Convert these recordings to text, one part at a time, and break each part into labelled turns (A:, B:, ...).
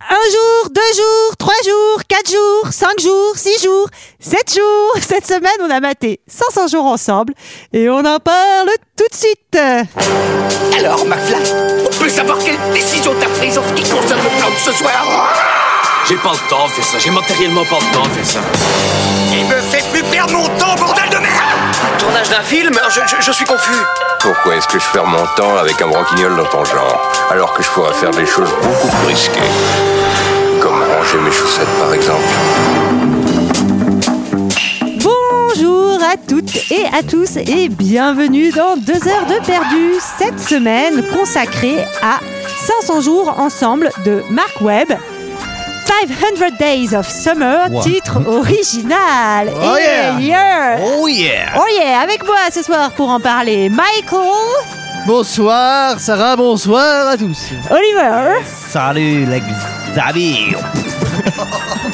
A: un jour, deux jours, trois jours, quatre jours, cinq jours, six jours, sept jours. Cette semaine, on a maté 500 jours ensemble et on en parle tout de suite.
B: Alors, McFly, on peut savoir quelle décision t'as prise en ce qui concerne le plan de ce soir
C: J'ai pas le temps de faire ça, j'ai matériellement pas le temps de faire ça.
B: Il me fait plus perdre mon temps, bordel de merde
D: Tournage d'un film je, je- je suis confus.
E: Pourquoi est-ce que je perds mon temps avec un branquignol dans ton genre Alors que je pourrais faire des choses beaucoup plus risquées. Comme ranger mes chaussettes par exemple.
A: Bonjour à toutes et à tous et bienvenue dans 2 heures de perdu, cette semaine consacrée à 500 jours ensemble de Mark Webb. 500 Days of Summer,
F: Wow.
A: titre original.
F: Oh yeah.
A: Et yeah.
F: Oh yeah
A: Oh yeah, avec moi ce soir pour en parler, Michael,
F: Bonsoir Sarah, bonsoir à tous
A: Oliver,
F: Salut les amis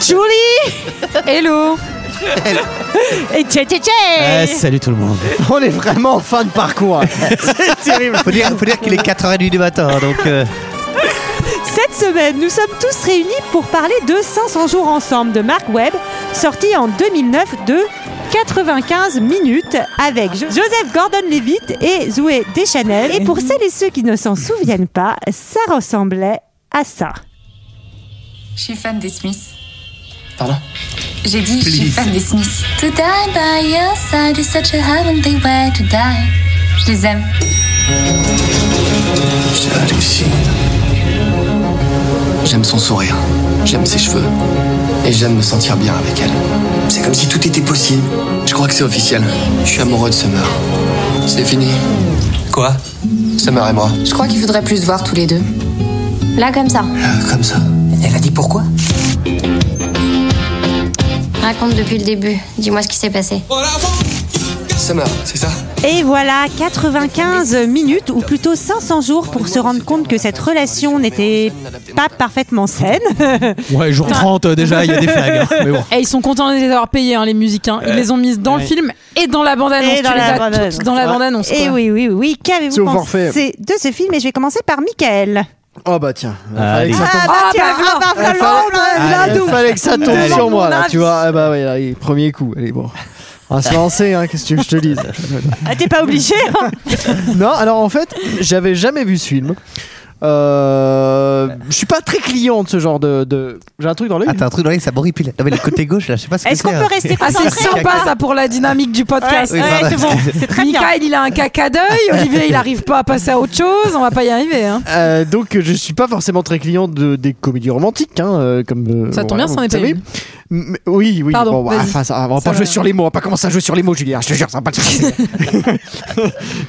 A: Julie, hello, et tchè tchè tchè.
G: Eh,
F: Salut tout le monde Eh. On est vraiment en fin de parcours C'est terrible Faut dire, faut dire qu'il est 4h30 du matin, hein, donc... euh,
A: Cette semaine, nous sommes tous réunis pour parler de 500 jours ensemble de Marc Webb, sorti en 2009 de 95 minutes avec Jo- Joseph Gordon-Levitt et Zoé Deschanel. Et pour celles et ceux qui ne s'en souviennent pas, ça ressemblait à ça.
H: Je suis fan des Smiths.
D: Pardon
H: J'ai dit, je suis
D: Please.
H: fan des Smiths. To die by your side is such a heavenly way to die. Je les aime.
D: Je hallucine. J'aime son sourire, j'aime ses cheveux, et j'aime me sentir bien avec elle. C'est comme si tout était possible. Je crois que c'est officiel. Je suis amoureux de Summer. C'est fini. Quoi Summer et moi.
H: Je crois qu'il faudrait plus se voir tous les deux. Là, comme ça.
D: Là, comme ça. Elle a dit pourquoi
I: Raconte depuis le début. Dis-moi ce qui s'est passé.
D: Summer, c'est ça
A: Et voilà, 95 minutes, ou plutôt 500 jours pour se rendre compte que cette relation n'était pas parfaitement saine.
G: Ouais, jour 30 euh, déjà, il y a des flags. hein. Mais bon.
J: Et Eh, ils sont contents de les avoir payés, hein, les musiques. hein. Ils les ont mises dans le film et dans la bande-annonce. Tu
A: Et dans
J: les
A: la
J: as
A: bande-annonce.
J: toutes dans la
F: Ouais.
J: bande-annonce.
A: Et
J: quoi.
A: oui, oui, oui,
F: C'est
A: qu'avez-vous
F: au
A: pensé
F: forfait.
A: de ce film Et je vais commencer par Michael.
F: Oh bah tiens, il
G: Allez.
F: fallait, que ça tombe,
A: Ah bah
J: Ah,
A: tiens,
J: bah voilà.
A: ah bah
F: Il
A: voilà, on l'a-
F: il
A: l'a donc.
F: fallait que ça tombe
A: Allez.
F: sur moi là,
A: Mon
F: tu vois Ah bah ouais, allez, premier coup, allez bon... On va se lancer, hein, qu'est-ce que tu veux que je te dise
A: Ah, T'es pas obligé. hein.
F: Non, alors en fait, j'avais jamais vu ce film. Euh, je suis pas très client de ce genre de. de- J'ai un truc dans l'œil.
K: Attends, un truc dans les ça boripile. Non, mais le côté gauche, là, je sais pas ce que
A: Est-ce
K: c'est.
A: qu'on peut
K: hein.
A: rester
J: Ah,
A: concentré
J: c'est sympa ça pour la dynamique du podcast.
K: Oui,
A: Ouais,
K: pardon.
A: c'est bon, c'est très bien.
J: Michael, il a un caca d'œil. Olivier, il arrive pas à passer à autre chose. On va pas y arriver. hein.
F: Euh, donc, euh, je suis pas forcément très client de, des comédies romantiques. Hein, euh, comme, euh,
J: Ça tombe bien,
F: voilà,
J: c'en est
F: vous savez.
J: pas une.
F: M- Oui, oui.
J: Pardon,
F: bon, bah,
J: vas-y.
F: enfin, ça, on va
J: Ça
F: pas
J: va.
F: jouer sur les mots. On va pas commencer à jouer sur les mots, Julien. Je te jure, ça va pas te passer.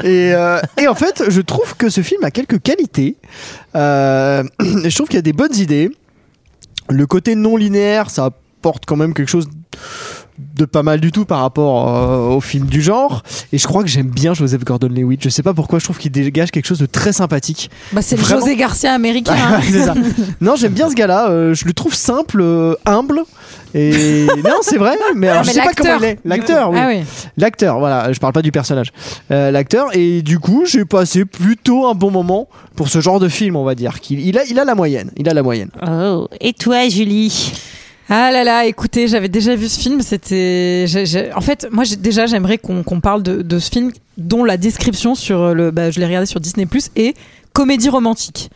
F: et, euh, et en fait, je trouve que ce film a quelques qualités. Euh, je trouve qu'il y a des bonnes idées. Le côté non linéaire, ça apporte quand même quelque chose de pas mal du tout par rapport euh, au film du genre et je crois que j'aime bien Joseph Gordon-Lewitt je sais pas pourquoi je trouve qu'il dégage quelque chose de très sympathique
J: Bah, c'est le
F: Vraiment.
J: José Garcia américain. hein.
F: Bah, c'est ça. Non, j'aime bien ce gars-là. euh, je le trouve simple, euh, humble. Et non, c'est vrai. Mais alors,
J: Non,
F: je
J: mais
F: sais pas comment
J: l'acteur,
F: il est. L'acteur, oui.
J: Ah oui.
F: L'acteur, voilà. Je parle pas du personnage. Euh, L'acteur. Et du coup, j'ai passé plutôt un bon moment pour ce genre de film, on va dire. qu'il il a, il a la moyenne. Il a la moyenne.
A: Oh, et toi, Julie
J: Ah là là, écoutez, j'avais déjà vu ce film. C'était, j'ai- j'ai- en fait, moi j'ai- déjà j'aimerais qu'on qu'on parle de, de ce film dont la description sur le, bah, je l'ai regardé sur Disney Plus est comédie romantique,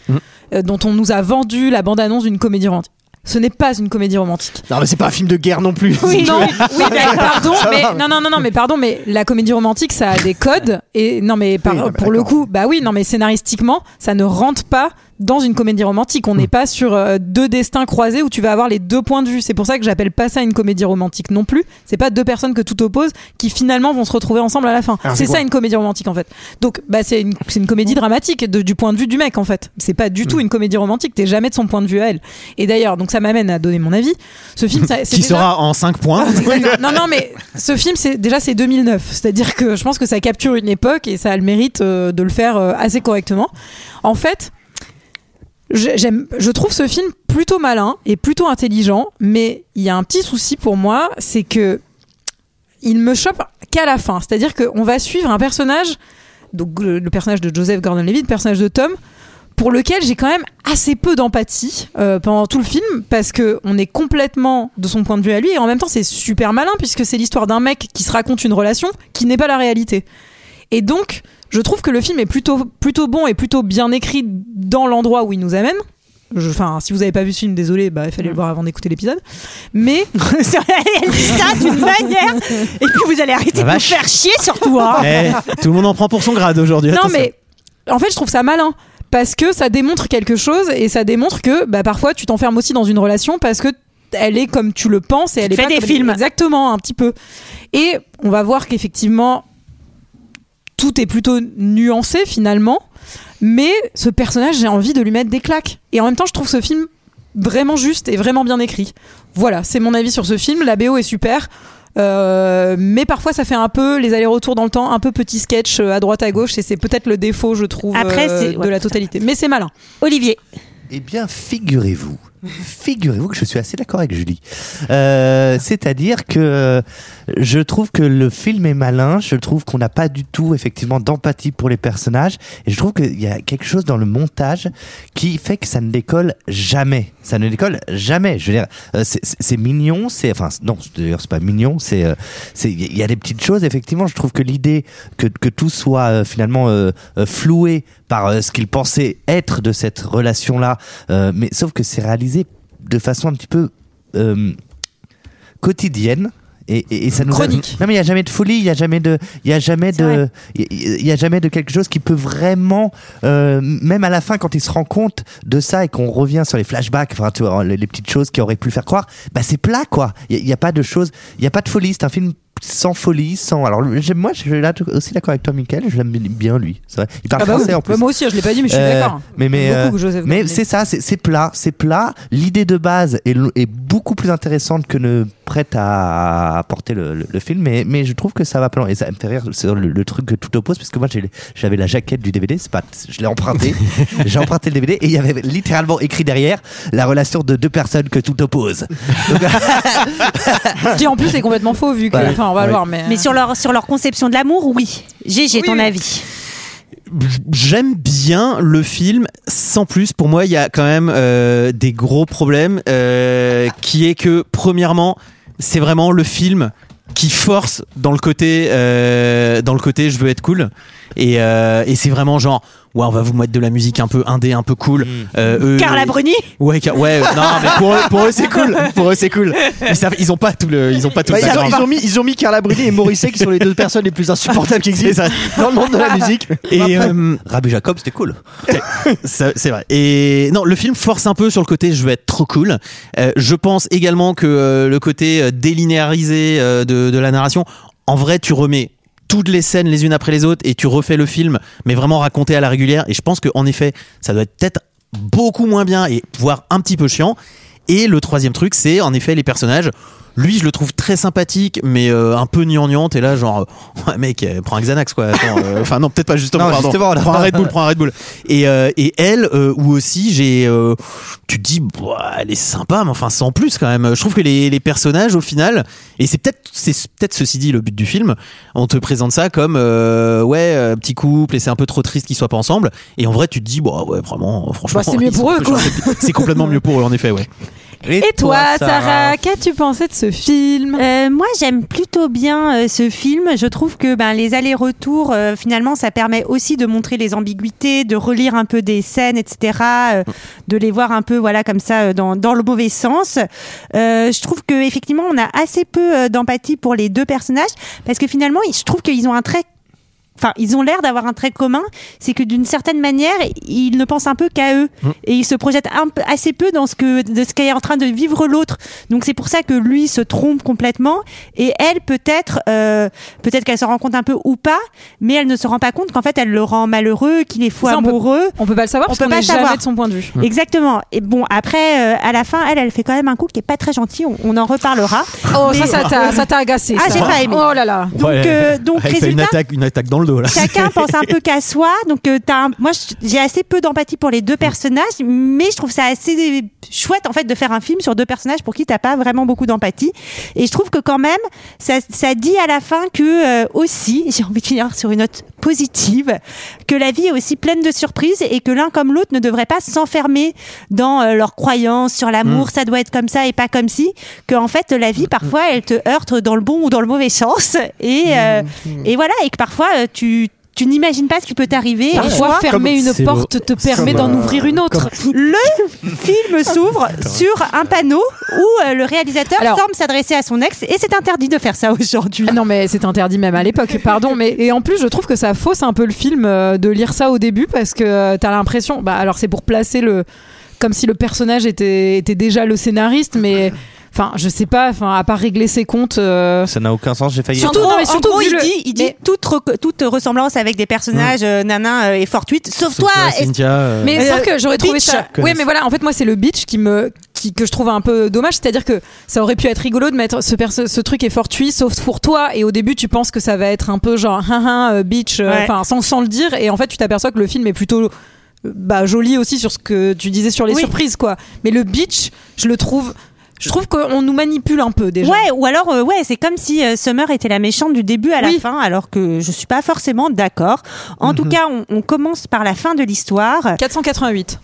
J: Euh, dont on nous a vendu la bande annonce d'une comédie romantique. Ce n'est pas une comédie romantique.
F: Non, mais c'est pas un film de guerre non plus.
J: Oui, non, oui, mais pardon, mais non, non, non, non, mais pardon, mais la comédie romantique, ça a des codes et non, mais par-
F: Oui, non, mais
J: pour le
F: d'accord.
J: coup, bah oui, non, mais scénaristiquement, ça ne rentre pas dans une comédie romantique.
F: Hmm.
J: On n'est pas sur euh, deux destins croisés où tu vas avoir les deux points de vue. C'est pour ça que j'appelle pas ça une comédie romantique non plus. C'est pas deux personnes que tout oppose qui finalement vont se retrouver ensemble à la fin.
F: Alors, c'est
J: C'est
F: quoi
J: ça une comédie romantique en fait. Donc, bah c'est une, c'est une comédie dramatique de- du point de vue du mec en fait. C'est pas
F: Hmm.
J: du tout une comédie romantique. T'es jamais de son point de vue à elle. Et d'ailleurs, donc ça m'amène à donner mon avis. Ce film, ça, c'est
G: Qui
J: déjà-
G: sera en 5 points.
J: Ah, non, non, mais ce film, c'est déjà c'est 2009. C'est-à-dire que je pense que ça capture une époque et ça a le mérite euh, de le faire euh, assez correctement. En fait, je- j'aime, je trouve ce film plutôt malin et plutôt intelligent, mais il y a un petit souci pour moi, c'est que il me chope qu'à la fin. C'est-à-dire qu'on va suivre un personnage, donc euh, le personnage de Joseph Gordon-Levitt, le personnage de Tom, pour lequel j'ai quand même assez peu d'empathie euh, pendant tout le film parce que on est complètement de son point de vue à lui et en même temps c'est super malin puisque c'est l'histoire d'un mec qui se raconte une relation qui n'est pas la réalité. Et donc je trouve que le film est plutôt plutôt bon et plutôt bien écrit dans l'endroit où il nous amène. Je- Enfin, si vous n'avez pas vu ce film, désolé, bah, il fallait le voir avant d'écouter l'épisode. Mais
A: elle dit ça d'une manière. Et puis vous allez arrêter
G: La
A: de nous
G: vache.
A: faire chier surtout. hein.
G: Eh, tout le monde en prend pour son grade aujourd'hui.
J: Non,
G: attention.
J: mais en fait, je trouve ça malin. Parce que ça démontre quelque chose et ça démontre que bah, parfois tu t'enfermes aussi dans une relation parce que elle est comme tu le penses et elle est
A: fais
J: pas
A: des
J: comme-
A: films.
J: Exactement, un petit peu. Et on va voir qu'effectivement, tout est plutôt nuancé finalement. Mais ce personnage, j'ai envie de lui mettre des claques. Et en même temps, je trouve ce film vraiment juste et vraiment bien écrit. Voilà, c'est mon avis sur ce film. La BO est super. Euh, mais parfois, ça fait un peu les allers-retours dans le temps, un peu petit sketch euh, à droite à gauche. Et c'est peut-être le défaut, je trouve,
A: Après,
J: euh,
A: c'est-
J: de
A: ouais,
J: la totalité. Mais c'est malin.
A: Olivier.
K: Eh bien, figurez-vous, figurez-vous que je suis assez d'accord avec Julie. Euh, C'est-à-dire que euh, je trouve que le film est malin, je trouve qu'on n'a pas du tout effectivement d'empathie pour les personnages, et je trouve qu'il y a quelque chose dans le montage qui fait que ça ne décolle jamais. Ça ne décolle jamais. Je veux dire, euh, c'est- c'est c'est mignon, c'est enfin c'est- non, c'est- d'ailleurs c'est pas mignon, c'est euh, c'est il y a- il y a des petites choses. Effectivement, je trouve que l'idée que que tout soit euh, finalement euh, euh, floué par euh, ce qu'il pensait être de cette relation là, mais sauf que c'est réalisé de façon un petit peu euh, quotidienne. Et, et- et ça nous
J: Chronique.
K: non mais il y a jamais de folie, il y a jamais de, il y a jamais de, il y- il y a jamais de quelque chose qui peut vraiment, euh, même à la fin quand il se rend compte de ça et qu'on revient sur les flashbacks, enfin tu vois les, les petites choses qui auraient pu le faire croire, bah c'est plat quoi. Il y a- il y, a pas de choses, il y a pas de folie. C'est un film sans folie, sans. Alors j'aime- moi je suis là aussi d'accord avec toi, Michael. Je l'aime bien lui. c'est vrai. Il parle
J: Ah bah oui.
K: français en plus.
J: Bah, moi aussi, je l'ai pas dit, mais je suis
K: Euh,
J: d'accord.
K: Mais mais
J: Beaucoup
K: euh,
J: que Joseph
K: mais
J: Gordon-Levitt.
K: c'est ça, c'est c'est plat, c'est plat. L'idée de base est, lo- est beaucoup plus intéressante que ne prête à, à porter le, le- le film, mais, mais je trouve que ça va plan. Et ça me fait rire sur le, le truc que tout oppose, parce que moi j'ai- j'avais la jaquette du DVD, c'est pas, je l'ai emprunté, j'ai emprunté le DVD et il y avait littéralement écrit derrière la relation de deux personnes que tout oppose.
J: Ce qui en plus est complètement faux, vu que.
K: Ouais.
J: Enfin, on va le
K: Ouais.
J: voir, mais. euh.
A: Mais sur leur, sur leur conception de l'amour, oui. GG,
J: Oui,
A: ton
J: oui.
A: avis.
G: j'aime bien le film sans plus pour moi il y a quand même euh, des gros problèmes euh, qui est que premièrement c'est vraiment le film qui force dans le côté euh, dans le côté je veux être cool et, euh, et c'est vraiment genre ouais on va vous mettre de la musique un peu indé un peu cool Euh, eux-
A: Carla Bruni
G: ouais Car- ouais euh, non mais pour eux, pour eux, c'est cool pour eux c'est cool ils, savent- ils ont pas tout le ils ont pas tout
F: Bah,
G: le
F: ils, ont,
G: background.
F: ils ont mis, ils ont mis Carla Bruni et Morrissey qui sont les deux personnes les plus insupportables qui existent dans le monde de la musique.
G: et euh,
K: Rabbi Jacob, c'était cool.
G: Ça, c'est vrai. Et non, le film force un peu sur le côté je veux être trop cool. Euh, je pense également que euh, le côté euh, délinéarisé euh, de, de la narration, en vrai, tu remets toutes les scènes les unes après les autres et tu refais le film, mais vraiment raconté à la régulière. Et je pense qu'en effet, ça doit être peut-être beaucoup moins bien et voire un petit peu chiant. Et le troisième truc, c'est en effet les personnages. Lui, je le trouve très sympathique, mais euh, un peu gnangnant. T'es là, genre, ouais, mec, euh, prends un Xanax, quoi. Attends, euh, Enfin, non, peut-être pas justement.
K: Non,
G: pardon.
J: Oh
K: justement, là.
G: Prends un Red Bull, prends un Red Bull. Et, euh, et elle, euh, ou aussi, j'ai. euh, tu te dis, Boah, elle est sympa, mais enfin, sans plus quand même. Je trouve que les, les personnages, au final, et c'est peut-être, c'est peut-être ceci dit le but du film, on te présente ça comme, euh, ouais, euh, petit couple, et c'est un peu trop triste qu'ils soient pas ensemble. Et en vrai, tu te dis, bah ouais, vraiment, franchement.
J: Bah, c'est mieux
G: ils sont
J: pour
G: un
J: eux,
G: peu
J: quoi.
G: gentils. C'est complètement mieux pour eux, en effet, ouais.
J: Et toi, Sarah, qu'as-tu pensé de ce film
A: Euh, moi, j'aime plutôt bien euh, ce film. Je trouve que ben, les allers-retours, euh, finalement, ça permet aussi de montrer les ambiguïtés, de relire un peu des scènes, etc., euh, de les voir un peu, voilà, comme ça, euh, dans, dans le mauvais sens. Euh, je trouve que effectivement, on a assez peu euh, d'empathie pour les deux personnages, parce que finalement, ils- je trouve qu'ils ont un trait Enfin, ils ont l'air d'avoir un trait commun, c'est que d'une certaine manière, ils ne pensent un peu qu'à eux et ils se projettent un peu, assez peu dans ce que de ce qu'est en train de vivre l'autre. Donc c'est pour ça que lui se trompe complètement et elle peut-être euh, peut-être qu'elle se rend compte un peu ou pas, mais elle ne se rend pas compte qu'en fait elle le rend malheureux, qu'il est fou
J: Ça, on peut-
A: amoureux.
J: On peut pas le savoir
A: On
J: parce
A: peut
J: qu'on
A: pas
J: est jamais
A: savoir.
J: de son point de vue.
A: Exactement. Et bon, après, euh, à la fin, elle, elle fait quand même un coup qui est pas très gentil. On, on en reparlera.
J: Oh,
A: Mais-
J: ça, ça t'a- ça t'a agacé.
A: Ah,
J: ça.
A: j'ai pas aimé.
J: Oh là là.
A: Donc, euh, donc
G: elle fait une
A: résultat,
G: attaque, une attaque dans le dos. dos là.
A: Chacun pense un peu qu'à soi. Donc, euh, t'as un- moi, je- j'ai assez peu d'empathie pour les deux personnages, mais je trouve ça assez chouette, en fait, de faire un film sur deux personnages pour qui t'as pas vraiment beaucoup d'empathie. Et je trouve que quand même, ça, ça dit à la fin que, euh, aussi, j'ai envie de finir sur une note positive, que la vie est aussi pleine de surprises et que l'un comme l'autre ne devrait pas s'enfermer dans euh, leurs croyances sur l'amour,
L: Mm.
A: ça doit être comme ça et pas comme si, que en fait, la vie, parfois, elle te heurte dans le bon ou dans le mauvais sens. Et, euh, et voilà, et que parfois, euh, tu, tu n'imagines pas ce qui peut t'arriver. Et
J: Parfois,
A: toi-
J: fermer Bah Comme- euh, une porte te permet d'en ouvrir une autre.
A: Le film s'ouvre sur un panneau où euh, le réalisateur semble s'adresser à son ex et c'est interdit de faire ça aujourd'hui.
J: Ah non, mais c'est interdit même à l'époque, pardon. Mais, et en plus, je trouve que ça fausse un peu le film euh, de lire ça au début parce que euh, t'as l'impression. Bah, alors, c'est pour placer le. Comme si le personnage était, était déjà le scénariste, mais. Enfin, je sais pas, enfin, à part régler ses comptes. euh,
K: Ça n'a aucun sens, j'ai failli.
A: Surtout,
J: mais surtout
A: en gros,
J: vu
A: il
J: le-
A: dit, il dit toute, reco- toute ressemblance avec des personnages euh, nanas euh, est fortuite, sauf, toi.
G: toi,
A: est-
G: Cynthia, euh,
J: Mais
A: Euh,
J: sauf que j'aurais trouvé
A: bitch.
J: ça.
G: Connaisse.
J: Oui, mais voilà, en fait, moi, c'est le bitch qui me, qui, que je trouve un peu dommage. C'est-à-dire que ça aurait pu être rigolo de mettre ce, perso- ce truc est fortuit, sauf pour toi. Et au début, tu penses que ça va être un peu genre, hein, hein, bitch, euh,
A: Ouais.
J: enfin, sans, sans le dire. Et en fait, tu t'aperçois que le film est plutôt, euh, bah, joli aussi sur ce que tu disais sur les
A: Oui.
J: surprises, quoi. Mais le bitch, je le trouve, je trouve qu'on nous manipule un peu déjà.
A: Ouais, ou alors, euh, ouais, c'est comme si euh, Summer était la méchante du début à la fin, alors que je suis pas forcément d'accord. En tout cas, on, on commence par la fin de l'histoire.
J: 488.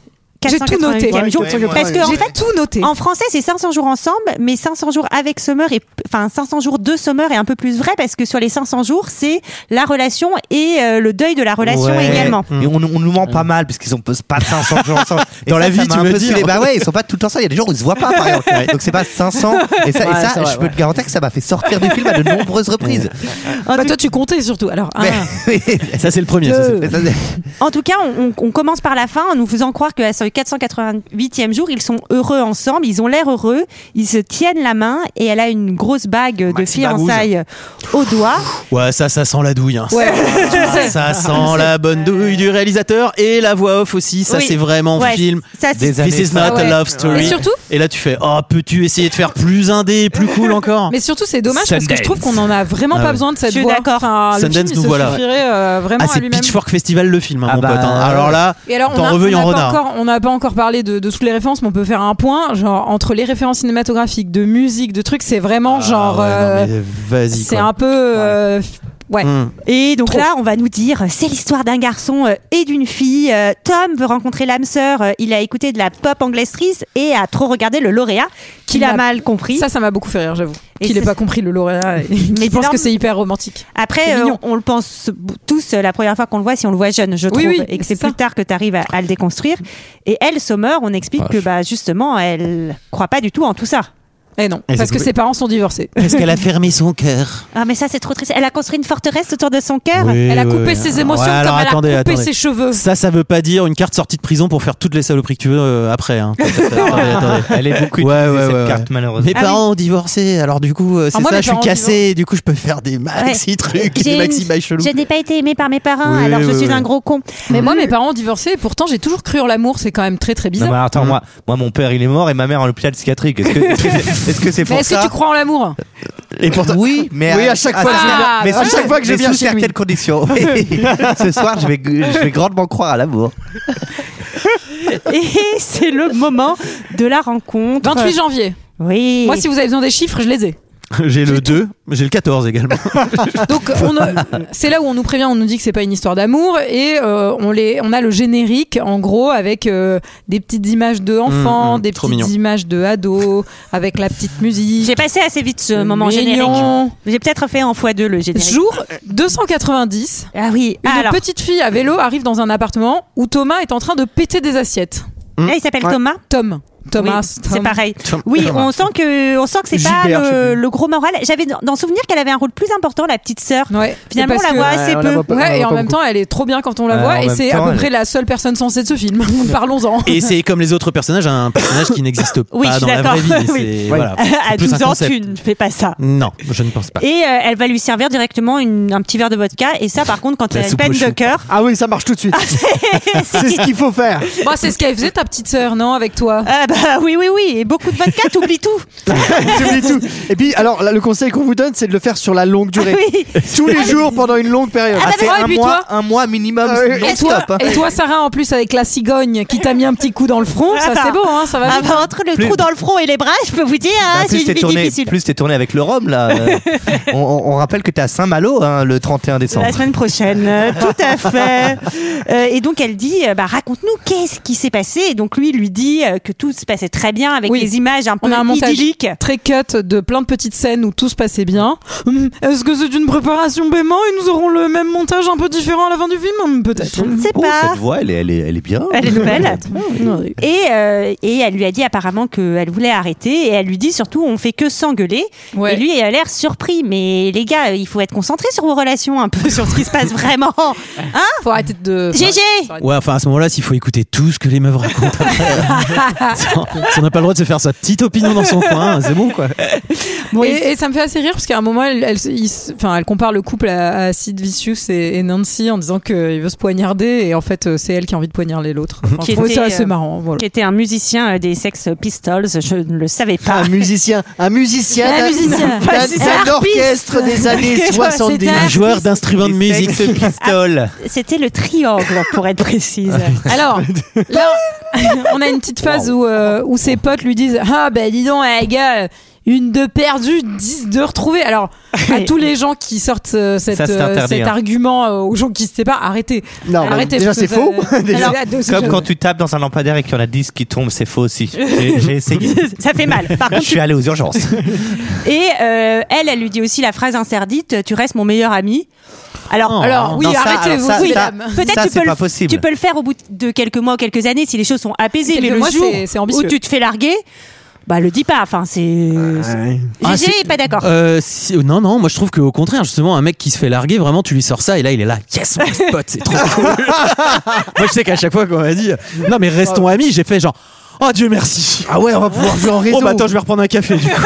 J: J'ai tout
A: 488e
J: noté.
A: jour. Parce que en
J: j'ai
A: fait,
J: tout noté.
A: En français, c'est 500 jours ensemble, mais 500 jours avec Summer et enfin 500 jours de Summer est un peu plus vrai parce que sur les 500 jours, c'est la relation et euh, le deuil de la relation
K: Ouais.
A: également.
K: Et on, on nous ment pas mal parce qu'ils ont pas 500 jours ensemble. Et
G: Dans
K: ça,
G: la
K: ça
G: vie,
K: m'a
G: tu
K: un
G: veux
K: peu
G: dire.
K: saoulé. Bah ouais, ils sont pas tout le temps ensemble. Il y a des jours où ils se voient pas, par exemple.
G: Ouais.
K: Donc c'est pas 500. Et ça, et
G: Ouais,
K: ça,
G: c'est vrai,
K: je peux
G: ouais.
K: te garantir que ça m'a fait sortir du film à de nombreuses reprises.
J: Bah, toi, tu comptais surtout. Alors, un,
G: Ça, c'est le premier. ça, c'est-
A: En tout cas, on, on- on commence par la fin en nous faisant croire que à ce 488e jour, ils sont heureux ensemble, ils ont l'air heureux, ils se tiennent la main et elle a une grosse bague de
G: Maxi
A: fiançailles au doigt.
G: Ouais, ça, ça sent la douille. hein.
A: Ouais,
G: Ça-
A: je le
J: Ah,
A: sais.
G: ça
A: Je le
G: sent
A: sais.
G: la bonne douille du réalisateur et la voix off aussi. Ça,
A: Oui.
G: c'est vraiment
A: Ouais,
G: film.
J: ah,
A: ça, c'est- Des
G: This
A: années
G: is not a
J: Ouais.
G: love story.
J: Et surtout-
G: Et là, tu fais Oh, peux-tu essayer de faire plus indé, plus cool encore
J: Mais surtout, c'est dommage parce que je trouve
G: Ah. Sundance.
J: qu'on en a vraiment
G: Ah
J: pas
G: ouais.
J: besoin de cette
A: Je suis
J: voix.
A: d'accord.
J: Enfin, le
G: Sundance,
J: film, il
G: nous
J: se
G: voilà.
J: suffirait, euh, vraiment
G: Ah,
J: à
G: c'est
J: lui-même.
G: Pitchfork Festival le film, hein, mon
K: bah,
G: pote. hein. Alors là,
J: Et alors, on
G: t'en
J: a-
G: reveuille
J: on
G: en
J: a pas
G: renard.
J: encore- on n'a pas encore parlé de, de toutes les références, mais on peut faire un point. Genre, entre les références cinématographiques, de musique, de trucs, c'est
G: Ah
J: vraiment genre. euh,
G: Vas-y.
J: c'est
G: quoi. Mm. Hum.
J: un peu. euh, ouais.
A: Et donc
J: Trop.
A: là, on va nous dire, c'est l'histoire d'un garçon euh, et d'une fille. Euh, Tom veut rencontrer l'âme sœur. Euh, Il a écouté de la pop anglaise triste et a trop regardé le lauréat, qu'il a mal compris.
J: Ça, ça m'a beaucoup fait rire, j'avoue.
A: Et
J: Qu'il ait
A: c'est-
J: pas compris le lauréat.
A: c'est
J: Il pense
A: normal.
J: que c'est hyper romantique. C'est
A: Après, euh,
J: mignon.
A: on le pense tous euh, la première fois qu'on le voit, si on le voit jeune, je trouve,
J: Oui, oui,
A: et que c'est
J: c'est ça.
A: plus tard que tu arrives à, à le déconstruire. Et elle, Sommer, on explique que bah, justement, elle croit pas du tout en tout ça.
J: Eh non,
G: Et
J: parce
G: c'est-
J: que ses parents sont divorcés.
G: Parce qu'elle a fermé son cœur.
A: Ah, mais ça, c'est trop triste. Elle a construit une forteresse autour de son cœur.
G: Oui,
J: Ah, Elle a
G: oui,
J: coupé
G: oui.
J: ses émotions comme elle a coupé ses cheveux.
G: Ça, ça veut pas dire une carte sortie de prison pour faire toutes les saloperies que tu veux euh, après. hein. Attendez, attendez.
K: Elle est beaucoup
G: Ouais,
K: utilisée,
G: ouais,
K: cette
G: ouais,
K: carte,
G: ouais.
K: malheureusement.
G: Mes
K: Ah
G: parents ont divorcé, alors du coup, euh, c'est
K: Ah, moi,
G: ça,
K: mes
G: je suis
K: parents ont
G: cassé, du coup, je peux faire des maxi
A: Ouais.
G: trucs,
A: J'ai
G: des
A: une-
G: maxi bails chelous.
A: Je n'ai pas été aimée par mes parents,
G: Oui,
A: alors je
G: oui,
A: suis
G: oui.
A: un gros con.
J: Mais
G: Mm.
J: moi, mes parents ont divorcé et pourtant, j'ai toujours cru en l'amour. C'est quand même très, très
K: Non,
J: bizarre.
K: mais attends, moi, moi, mon père, il est mort et ma mère en hôpital psychiatrique. Est-ce que est-ce que c'est -ce c'est pour
J: Mais est-ce
K: ça
J: que tu crois en l'amour
K: Et pourtant, oui, mais
F: Oui, à chaque fois que je viens-
K: mais
F: à
K: sous-
F: chaque fois que je
K: mais
F: viens
K: sous
F: chez lui.
K: certaines conditions. Oui. Ce soir, je vais, je vais grandement croire à l'amour.
A: Et c'est le moment de la rencontre.
J: 28 janvier.
A: Oui.
J: Moi, si vous avez besoin des chiffres, je les ai.
G: J'ai le 2, j'ai le 14 également.
J: Donc, on ne- c'est là où on nous prévient, on nous dit que c'est pas une histoire d'amour et euh, on, les, on a le générique en gros avec euh, des petites images de enfants,
A: Mmh, mmh,
J: des
A: trop
J: petites
A: mignon.
J: images de ados, avec la petite musique.
A: J'ai passé assez vite ce moment
J: Mignon.
A: générique. J'ai peut-être fait en x2 le générique.
J: Jour 290.
A: Ah oui.
J: Une
A: alors.
J: petite fille à vélo arrive dans un appartement où Thomas est en train de péter des assiettes.
A: Ah, il s'appelle
J: Ouais.
A: Thomas
J: Tom. Thomas.
A: Oui, c'est pareil. Oui, on sent que on sent que c'est pas
J: Gilbert, je sais
A: le,
J: plus.
A: le gros moral. J'avais dans- dans souvenir qu'elle avait un rôle plus important, la petite sœur. Finalement,
J: Et
A: on
J: parce
A: la
J: que-
A: voit assez peu.
G: Ah bah,
J: Ouais, et en même temps, elle est trop bien quand on la
G: Ouais, en
J: voit, et
G: même
J: c'est à
G: temps,
J: peu
G: elle-
J: près la seule personne censée de ce film. Parlons-en.
G: Et c'est comme les autres personnages, un personnage qui n'existe pas
A: Oui, je suis
G: dans la
A: d'accord.
G: vraie vie. c'est-
A: Oui.
G: voilà,
A: à
G: c'est plus
A: 12
G: un
A: ans,
G: concept.
A: tu ne fais pas ça.
G: Non, je ne pense pas.
A: Et euh, elle va lui servir directement une- un petit verre de vodka. Et ça, par contre, quand
G: La
A: elle a une
G: soupe
A: peine
G: au chou.
A: de cœur.
F: Ah oui, ça marche tout de suite.
A: c'est
F: ce qu'il faut faire.
J: Moi, c'est ce qu'elle faisait ta petite sœur, non, avec toi
A: Ah bah, Ah oui, oui, oui. Et beaucoup de vodka, t'oublies tout.
F: J'oublie tout. Et puis, alors, là, le conseil qu'on vous donne, c'est de le faire sur la longue durée.
A: Ah oui.
F: Tous les jours pendant une longue période.
J: Ah, d'accord, et puis toi
K: un mois minimum. hein.
F: Ah oui.
A: Euh,
J: Et toi, et toi, Sarah, en plus, avec la cigogne qui t'a mis un petit coup dans le front, ça c'est beau, hein, ça va
A: Ah
J: vite.
A: bah, entre le
K: Plus-
A: trou dans le front et les bras, je peux vous dire, hein,
K: Bah,
A: c'est
K: plus
A: une
K: t'es
A: vie
K: tourné,
A: difficile.
K: plus t'es tourné avec le Rhum là. euh, on, on- on rappelle que t'es à Saint-Malo hein, le 31 décembre.
A: La semaine prochaine, euh, tout à fait. Euh, et donc elle dit, euh, bah, raconte-nous qu'est-ce qui s'est passé. Et donc lui il lui dit euh, que tout se passait très bien avec
J: Oui.
A: des images un peu
J: On a un montage
A: idylliques.
J: très cut de plein de petites scènes où tout se passait bien. Hum, Est-ce que c'est une préparation paiement et nous aurons le même montage un peu différent à la fin du film Hum, Peut-être.
A: Je ne sais
K: Oh,
A: pas.
K: cette voix, elle est, elle est, elle est bien.
A: Elle est nouvelle.
J: Ouais.
A: Et, euh, et elle lui a dit apparemment qu'elle voulait arrêter. Et elle lui dit surtout, on fait que s'engueuler.
J: Ouais.
A: Et lui, il a l'air surpris. Mais les gars, il faut être concentré sur vos relations, un peu sur ce qui se passe vraiment. Hein
J: Faut arrêter de.
A: GG
G: Ouais, enfin à ce moment-là, s'il faut écouter tout ce que les meufs racontent, euh, si on n'a pas le droit de se faire sa petite opinion dans son coin, c'est bon quoi.
A: Bon,
J: et,
A: il-
J: et ça me fait assez rire parce qu'à un moment, elle, elle, se- il se- enfin, elle compare le couple à, à Sid Vicious et, et Nancy en disant qu'il veut se poignarder et en fait, euh, c'est elle qui a envie de poignarder l'autre. Enfin, je
A: Qui
J: trouvais
A: était,
J: ça assez
A: euh,
J: marrant. Voilà.
A: qui était un musicien euh, des Sex Pistols, je ne le savais pas.
F: Un musicien, un musicien,
J: Un
F: d'un-
J: musicien.
F: d'un-
A: C'est
F: d'un
A: un harpiste.
F: orchestre des années
A: C'était
F: 70.
J: un-
G: Un joueur d'instrument de
K: Les
G: musique. Ah,
K: Sex Pistols.
A: C'était le triangle, pour être précise.
J: Alors, là, on a une petite phase où, euh, où ses potes lui disent Ah, ben dis donc, eh, gars, une de perdue, dix de retrouvée. Alors, à tous les gens qui sortent euh, cette,
K: Ça, c'est
J: euh,
K: interdit,
J: cet
K: hein.
J: argument euh, aux gens qui se séparent, arrêtez.
F: Non, mais
J: arrêtez
F: déjà,
J: parce que
F: c'est
J: ça-
K: Ah,
F: faux. Déjà.
J: Alors, c'est-
K: Comme quand tu tapes dans un lampadaire et qu'il y en a 10 qui tombent, c'est faux aussi. J'ai j'ai essayé.
A: Ça fait mal. Par
K: Je
A: contre,
K: suis allé aux urgences.
A: et euh, elle, elle lui dit aussi la phrase interdite Tu restes mon meilleur ami. Alors,
G: Oh.
J: Alors, oui,
K: Non, ça,
J: arrêtez,
K: alors,
J: vous,
K: ça,
J: oui,
K: ça-
J: mesdames.
K: ça,
A: Peut-être tu
K: c'est
A: peux
K: pas
A: le-
K: possible.
A: Tu peux le faire au bout de quelques mois, quelques années, si les choses sont apaisées.
J: Quelques
A: mais le
J: mois,
A: jour
J: c'est- c'est
A: où
J: ambitieux.
A: tu te fais larguer, bah le dis pas. Enfin, c'est.
G: Ah,
A: GG
G: c'est-
A: est pas d'accord.
G: Euh, si- non, non, moi je trouve qu'au contraire, justement, un mec qui se fait larguer, vraiment, tu lui sors ça et là il est là, yes, on reste potes, c'est trop cool. moi je sais qu'à chaque fois qu'on m'a dit, non mais restons amis, j'ai fait genre, oh Dieu merci.
F: Ah ouais, on va pouvoir jouer en réseau.
G: Oh bah attends, je vais reprendre un café du coup.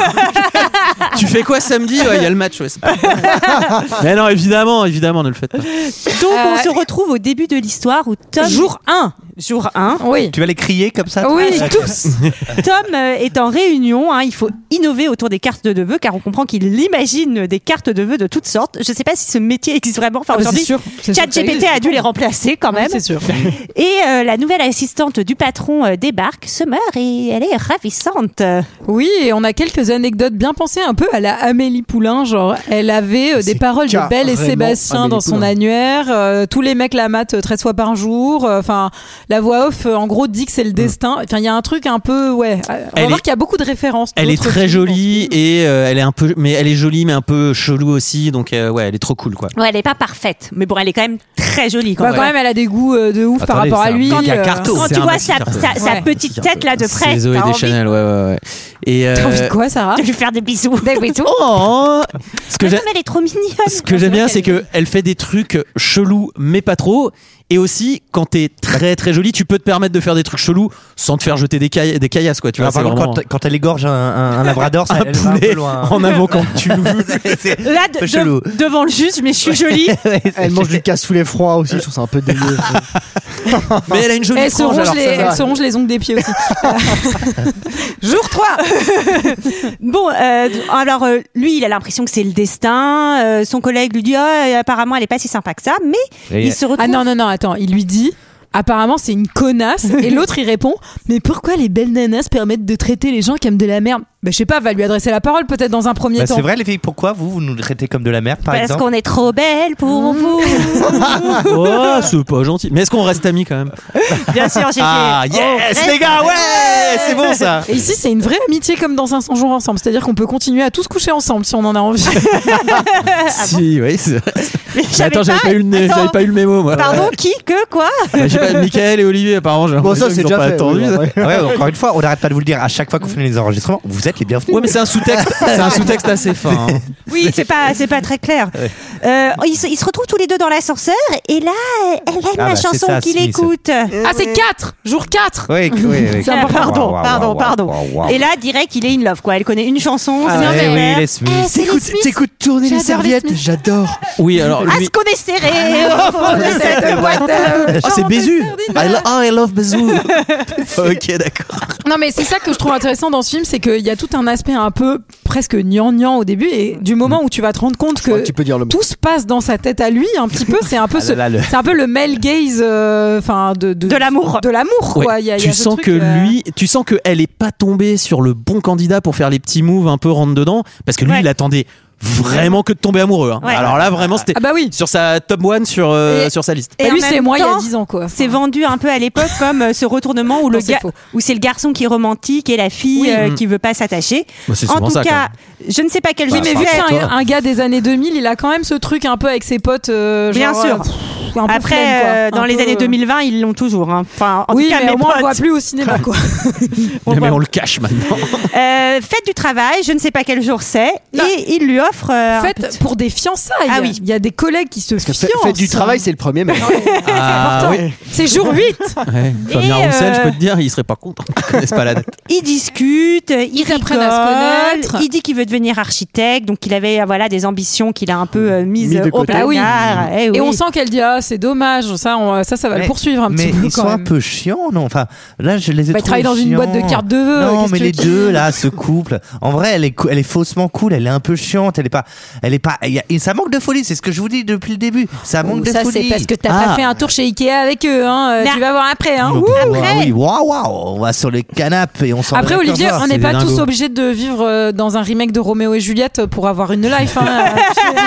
G: tu fais quoi samedi Ouais, Il y a le match, ouais. c'est pas grave. mais non, évidemment, évidemment, ne le faites pas.
A: Donc on
J: Euh,
A: se retrouve au début de l'histoire où Tom.
J: Jour
A: 1 Jour 1
J: Oui.
K: Tu vas les crier comme ça
J: Oui,
K: toi
J: tous.
A: Tom euh, est en réunion, hein, il faut innover autour des cartes de vœux car on comprend qu'il imagine des cartes de vœux de toutes sortes. Je ne sais pas si ce métier existe vraiment. Enfin,
J: Ah, bah, c'est
A: aujourd'hui,
J: sûr, c'est sûr que ça
A: ChatGPT a dû les remplacer quand même.
J: C'est sûr.
A: Et euh, la nouvelle assistante du patron euh, débarque, Summer, et elle est ravissante.
J: Oui, et on a quelques anecdotes bien pensées un peu à la Amélie Poulain, genre elle avait euh, des
F: C'est
J: paroles de Belle et
F: carrément
J: Sébastien
F: Amélie
J: dans son
F: Poulain.
J: annuaire, euh, tous les mecs la matent euh, 13 fois par jour, euh, enfin la voix off euh, en gros dit que c'est le destin, enfin il y a un truc un peu ouais, euh, on
G: Mm. Elle
J: va voir
G: est-
J: qu'il y a beaucoup de références.
G: Elle est
J: d'autres
G: très
J: films.
G: jolie et euh, elle est un peu, mais elle est jolie mais un peu chelou aussi, donc euh, ouais, elle est trop cool quoi.
A: Ouais, elle n'est pas parfaite, mais bon, elle est quand même très jolie quand
J: Bah,
A: même.
J: quand même elle a des goûts euh, de ouf par
K: Attendez,
J: rapport à
K: c'est un
J: lui.
G: méga
J: euh,
G: carton.
A: Quand
G: C'est
A: tu
G: un
A: vois
G: maxi
A: sa,
G: carton.
A: sa- sa
J: Ouais.
A: petite tête là de près,
G: C'est Zoé
A: t'as envie
G: Deschanel, ouais, ouais, ouais. Et euh,
J: T'as envie de quoi Sarah Bah,
A: de lui faire des bisous.
J: Des bisous.
G: oh, ce que
A: Mais
G: j'ai-
A: comme elle est trop mignonne.
G: Ce que j'aime bien, c'est que elle fait des trucs chelous, mais pas trop. Et aussi, quand t'es très très jolie, tu peux te permettre de faire des trucs chelous sans te faire jeter des, cailles- des caillasses, quoi. Tu vois,
K: Ah,
G: c'est
K: par contre,
G: vraiment
K: quand, quand elle égorge un, un- un labrador, ça
G: un
K: elle va un
G: poulet
K: peu loin. hein.
G: en avant quand tu loues.
K: C'est-
A: Là, de-
K: peu chelou.
A: de- devant le juge, mais je suis jolie.
K: ouais, c'est-
F: Elle mange du cassoulet froid aussi, je trouve ça un peu dégueu.
G: Mais elle a une jolie
J: Elle se,
G: frange,
J: ronge
G: alors
J: les,
G: ça va.
J: elle se ronge les ongles des pieds aussi.
A: Jour 3 Bon, euh, alors euh, lui, il a l'impression que c'est le destin. Euh, son collègue lui dit, Ah, euh, apparemment, elle est pas si sympa que ça, mais
K: Et-
A: il se retrouve.
J: Ah non, non, non, attends, il lui dit. Apparemment, c'est une connasse. Et l'autre, il répond Mais pourquoi les belles nanas permettent de traiter les gens comme de la merde Bah, je sais pas, va lui adresser la parole peut-être dans un premier
K: Bah,
J: temps.
K: c'est vrai les filles, pourquoi vous, vous nous traitez comme de la merde par
A: Parce
K: exemple
A: qu'on est trop belle pour
J: Mmh.
A: vous.
G: Oh, c'est pas gentil. Mais est-ce qu'on reste amis quand même
A: Bien sûr, j'ai
G: Ah yes, les gars, ouais, c'est bon ça.
J: Et ici, c'est une vraie amitié comme dans 500 jours ensemble. C'est-à-dire qu'on peut continuer à tous coucher ensemble si on en a envie.
G: Si, oui. c'est vrai.
A: Mais Ah j'avais
G: Attends, j'avais pas, eu le nez-
A: Attends.
G: j'avais pas eu le mémo, moi.
A: Pardon, qui, que, quoi
G: Bah, je sais pas, Michael et Olivier, apparemment, j'ai
F: Bon,
G: l'impression
F: ça,
G: qu'ils
F: c'est déjà
G: ont pas
F: fait.
G: attendu.
F: oui, ouais.
K: Ouais, encore une fois, on n'arrête pas de vous le dire à chaque fois qu'on fait les enregistrements, vous êtes les bienvenus.
G: Ouais, mais c'est un sous-texte, c'est un sous-texte assez fin. hein.
A: Oui, c'est pas, c'est pas très clair. Euh, ils, se- ils se retrouvent tous les deux dans l'ascenseur et là, elle aime
K: Ah
A: la
K: bah, c'est
A: chanson
K: ça,
A: qu'il
K: Smith.
A: écoute.
J: Ah, c'est 4 Jour 4
K: Oui, oui, oui.
A: Ah, pardon,
K: Waouh,
A: pardon,
K: waouh,
A: pardon.
K: waouh, waouh.
A: Et là, direct, il est in love, quoi. Elle connaît une chanson.
K: Ah
A: c'est
K: ouais,
A: un
K: oui,
A: verre.
K: les Smiths.
A: Eh, c'est les
F: T'écoutes-
A: Smiths.
F: T'écoutes tourner les
A: J'adore les
F: serviettes, j'adore.
G: Oui, alors
A: À se
G: lui.
A: connaître serré Oh, au fond de cette boîte.
G: Ah, c'est Bézu I lo- Ah, I love Bézu Ok, d'accord.
J: Non, mais c'est ça que je trouve intéressant dans ce film, c'est qu'il y a tout un aspect un peu presque gnangnan au début, et du moment où tu vas te rendre compte que,
F: Tu peux dire le mot.
J: tout se passe dans sa tête à lui, un petit peu, c'est un peu
K: Ah
J: ce,
K: là là, le-
J: c'est un peu le male gaze, euh, enfin de,
A: De l'amour.
J: de l'amour, quoi.
G: Ouais,
J: Il y a- il y a
G: tu
J: ce
G: sens
J: truc,
G: que
J: euh,
G: lui, tu sens que elle est pas tombée sur le bon candidat pour faire les petits moves un peu rentre dedans, parce que lui,
A: Ouais.
G: il attendait vraiment que de tomber amoureux. hein.
A: Ouais.
G: Alors là, vraiment, c'était
J: Ah bah oui.
G: sur sa top one sur euh,
A: Et-
G: sur sa liste.
J: Bah,
A: Et en
J: lui, c'est
A: même
J: moi il y a
A: temps,
J: 10 ans, quoi.
A: C'est vendu un peu à l'époque comme euh, ce retournement où le
J: c'est
A: gars,
J: faux.
A: où c'est le garçon qui est romantique et la fille
J: Oui.
A: euh,
G: Mm.
A: qui veut pas s'attacher.
G: Bah, c'est
A: en
G: souvent
A: tout
G: ça, quand
A: cas, je ne sais pas quel
J: Oui,
A: jeu
J: mais
A: c'est.
J: vu que Bah, c'est
G: toi.
J: un, un gars des années 2000, il a quand même ce truc un peu avec ses potes. euh, genre,
A: Bien sûr.
J: euh, pff, un peu
A: Après,
J: flemme, quoi.
A: euh,
J: Un
A: dans les
J: peu,
A: années
J: euh,
A: 2020, ils l'ont toujours. hein. Enfin, en
J: oui,
A: tout cas,
J: mais
A: mes
J: au moins on le
A: potes.
J: voit plus au cinéma, quoi.
A: On
G: mais
A: voit-
G: on le cache maintenant.
A: Euh, fête du travail, je ne sais pas quel jour c'est,
J: Non.
A: et il lui offre. euh,
J: En
A: un
J: fait, pour des fiançailles,
A: Ah oui.
J: il y a des collègues qui se
F: Fait-
J: fiancent.
F: Faites du travail, c'est le premier, mais
G: Ah oui.
J: C'est jour 8
G: Ouais. Fabien
A: Et,
G: Roussel,
A: euh,
G: je peux te dire, il serait pas content. Ils connaissent pas la date.
A: Ils discutent, ils,
J: apprennent à se
A: rigolent,
J: connaître.
A: Il dit qu'il veut devenir architecte, donc il avait euh, voilà des ambitions qu'il a un peu euh, mises
F: Mis de
A: au
F: côté.
A: placard.
J: Ah oui.
A: Eh oui.
J: Et on sent qu'elle dit ah c'est dommage ça on- ça ça va le
K: Mais-
J: poursuivre un petit
K: mais
J: peu
K: ils
J: quand
K: sont
J: même.
K: un peu chiants, non Enfin, là, je les ai
J: Bah, ils travaillent
K: trouvés
J: dans une boîte de
K: chiants.
J: cartes de vœux.
K: Non,
J: qu'est-ce
K: mais
J: que
K: les
J: tu veux
K: deux
J: qu'ils-
K: là, ce couple. En vrai, elle est, cou- elle est faussement cool. Elle est un peu chiante. Elle est pas, elle est pas. il y a- ça manque de folie. C'est ce que je vous dis depuis le début. Ça manque de
J: Oh, Ça c'est
K: folie.
J: parce que t'as pas
G: Ah.
J: fait un tour chez Ikea avec eux hein. euh,
A: Là.
J: Tu vas voir après hein.
K: Ah,
J: Ouh.
K: ah oui, waouh, waouh, on va sur le canapé et on s'en
J: Après
K: va
J: Olivier,
K: voir.
J: on
G: c'est
J: n'est
G: des
J: pas tous
G: dingos.
J: obligés de vivre euh, dans un remake de Roméo et Juliette pour avoir une life. hein.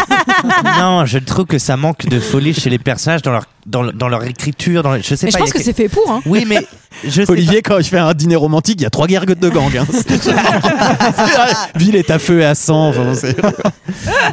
K: Non, je trouve que ça manque de folie chez les personnages dans leur, dans, le- dans leur écriture. Dans, le- je sais
J: Mais je
K: pas.
J: pense
K: il y a
J: que
K: que-
J: c'est fait pour. hein.
K: Oui, mais je sais
G: Olivier, quand il fait un dîner romantique, il y a trois guerguettes de gang. hein. Ville est à feu et à sang. enfin, c'est-
K: pas.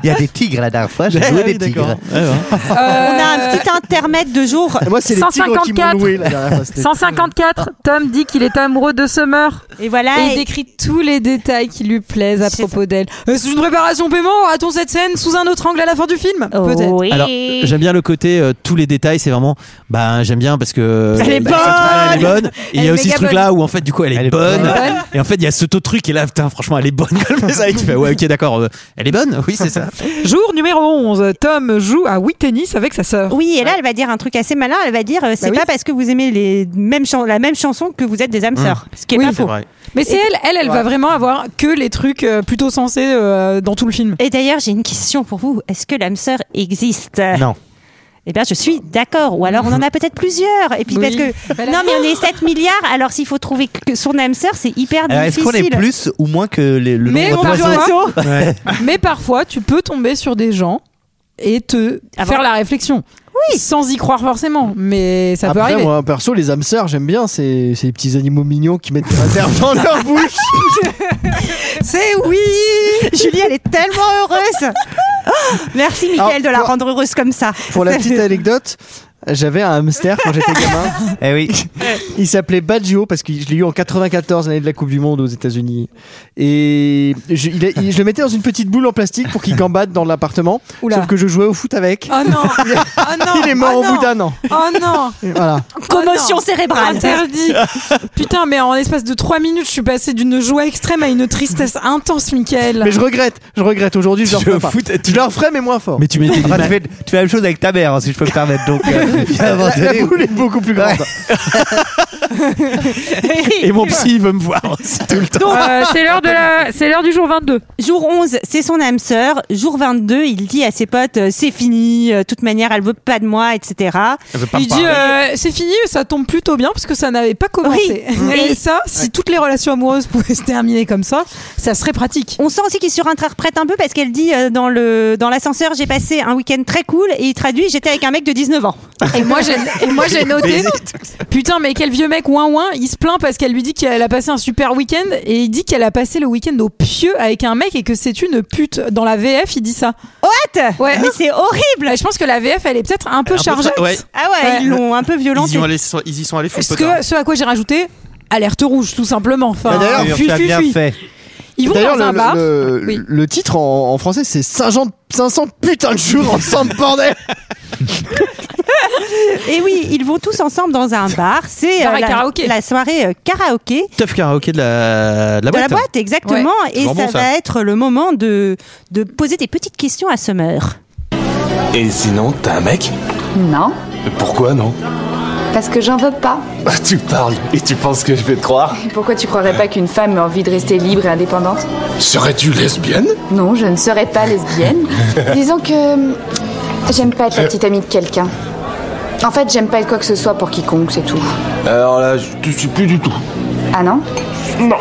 K: Il y a des tigres la dernière fois. J'ai
G: Ah
K: joué
G: oui,
K: des
G: d'accord.
K: tigres.
G: Ouais, ouais.
A: On a
J: Euh,
A: un petit intermède de jour.
F: moi c'est les tigres qui m'ont
J: 154.
F: loué la dernière fois. c'était-
J: 154, Tom dit qu'il est amoureux de Summer.
A: Et voilà.
J: Et il
A: et-
J: décrit tous les détails qui lui plaisent à
A: C'est
J: propos d'elle. Est-ce une préparation paiement A-t-on cette scène sous un autre angle à la fin du film
A: Oh.
J: Peut-être.
A: Oui.
G: Alors, j'aime bien le côté euh, tous les détails, c'est vraiment bah j'aime bien parce que
A: Elle est
G: bah,
A: bonne
G: elle est bonne. Et il y
J: Elle est
G: a aussi ce
J: méga
G: truc là où en fait du coup elle est,
K: Elle est
G: bonne.
K: bonne.
J: Elle est bonne.
G: Et en fait il y a ce taux de truc et là putain franchement elle est bonne. Comme ça, et tu fais ouais ok d'accord euh, elle est bonne oui c'est ça.
J: Jour numéro 11, Tom joue à Wii Tennis avec sa sœur.
A: Oui, et là, elle va dire un truc assez malin. Elle va dire, euh, c'est
J: Bah oui.
A: pas parce que vous aimez les mêmes chan- la même chanson que vous êtes des
F: Mmh.
A: âmes sœurs. Ce qui est
J: Oui,
A: pas
J: c'est
A: faux.
G: vrai.
J: Mais c'est elle, elle, elle va vraiment avoir que les trucs euh, plutôt sensés euh, dans tout le film.
A: Et d'ailleurs, j'ai une question pour vous. Est-ce que l'âme sœur existe
K: Non.
A: Eh bien, je suis d'accord. Ou alors, on en a peut-être plusieurs. Et puis,
J: Oui.
A: parce que.
J: Bah, la-
A: Non, mais on est 7 milliards. Alors, s'il faut trouver que son âme sœur, c'est hyper
K: Alors, Euh, Est-ce qu'on
A: Ah, difficile.
K: est plus ou moins que les- le
J: Mais,
K: nombre
J: parfois,
K: d'oiseaux
J: mais parfois, tu peux tomber sur des gens et te
A: Ah bon
J: faire la réflexion. Oui. Sans y croire forcément, mais ça peut
F: Après,
J: arriver.
F: moi, perso, les âmes sœurs, j'aime bien ces, ces petits animaux mignons qui mettent la terre dans leur bouche.
A: C'est oui Julie, elle est tellement heureuse Oh, Merci, Michael,
F: Alors,
A: de la
F: pour-
A: rendre heureuse comme ça.
F: Pour la petite anecdote, j'avais un hamster quand j'étais gamin.
K: Eh oui.
F: Il s'appelait Baggio parce que je l'ai eu en 94, l'année de la Coupe du Monde aux États-Unis. Et je, il est- il- je le mettais dans une petite boule en plastique pour qu'il gambade dans l'appartement.
J: Oula.
F: Sauf que je jouais au foot avec.
J: Oh non Oh non
F: il est mort
J: Oh
F: au bout
J: non
F: d'un an.
J: Oh non
F: Et Voilà.
J: Oh
A: Commotion
J: non.
A: cérébrale.
J: Interdit Putain, mais en l'espace de 3 minutes, je suis passé d'une joie extrême à une tristesse intense, Michael.
F: Mais je regrette. Je regrette. Aujourd'hui, je leur
G: Tu veux
F: ferai pas.
G: foutre- tu-
F: Je leur ferai, mais moins fort.
G: Mais tu mettais des
K: Enfin, Ah, bah, tu,
G: ma-
K: fais, tu fais la même chose avec ta mère, hein, si je peux me permettre. Donc, euh, il y a un moment
F: la, la
K: donné où-
F: boule est beaucoup plus grande.
G: et mon psy il veut me voir aussi tout le temps.
J: Euh, c'est l'heure de la, c'est l'heure du jour 22.
A: Jour 11, c'est son âme sœur. Jour 22, il dit à ses potes, euh, c'est fini, euh, de toute manière, elle veut pas de moi, etc.
J: Il dit euh, c'est fini, ça tombe plutôt bien parce que ça n'avait pas commencé.
A: Oui.
J: Et
A: Oui.
J: ça, si toutes les relations amoureuses pouvaient se terminer comme ça, ça serait pratique.
A: On sent aussi qu'il surinterprète un peu parce qu'elle dit euh, dans le dans l'ascenseur, j'ai passé un week-end très cool et il traduit, j'étais avec un mec de 19 ans.
J: Et moi j'ai, et moi j'ai noté. Putain, mais quel vieux mec ouin ouin, il se plaint parce qu'elle lui dit qu'elle a passé un super week-end et il dit qu'elle a passé le week-end au pieu avec un mec et que c'est une pute. Dans la VF, il dit ça.
A: What
J: Ouais.
A: Mais c'est horrible.
J: Là, je pense que la VF, elle est peut-être un peu chargée.
G: Ouais.
A: Ah ouais,
J: Ouais.
A: ils l'ont un peu violenté.
G: ils y sont allés foutre
J: Ce, que- ce à quoi j'ai rajouté, alerte rouge, tout simplement. Enfin,
K: D'ailleurs,
J: fui,
K: tu as
J: fui,
K: bien
J: fui.
K: fait.
J: Ils vont
F: D'ailleurs,
J: dans un
F: le-
J: bar.
F: Le, le- Euh, le titre en, en français, c'est 500, 500 putains de jours ensemble, bordel
A: Et oui, ils vont tous ensemble dans un bar. C'est euh,
J: Bar à
A: la,
J: karaoké.
A: la soirée euh, karaoké.
G: Tough karaoké de la, de la
A: de
G: boîte.
A: la boîte, exactement.
G: Ouais.
A: Et
G: C'est
A: ça,
G: vraiment
A: va
G: ça.
A: être le moment de, de poser des petites questions à Summer.
L: Et sinon, t'as un mec
M: Non,
L: Pourquoi non
M: parce que j'en veux pas.
L: Tu parles et tu penses que je vais te croire
M: Et Pourquoi tu croirais pas qu'une femme ait envie de rester libre et indépendante
L: Serais-tu lesbienne
M: Non, je ne serais pas lesbienne. Disons que hum, j'aime pas être la petite amie de quelqu'un. En fait, j'aime pas être quoi que ce soit pour quiconque, c'est tout.
L: Alors là, je te suis plus du tout.
M: Ah non
L: Non.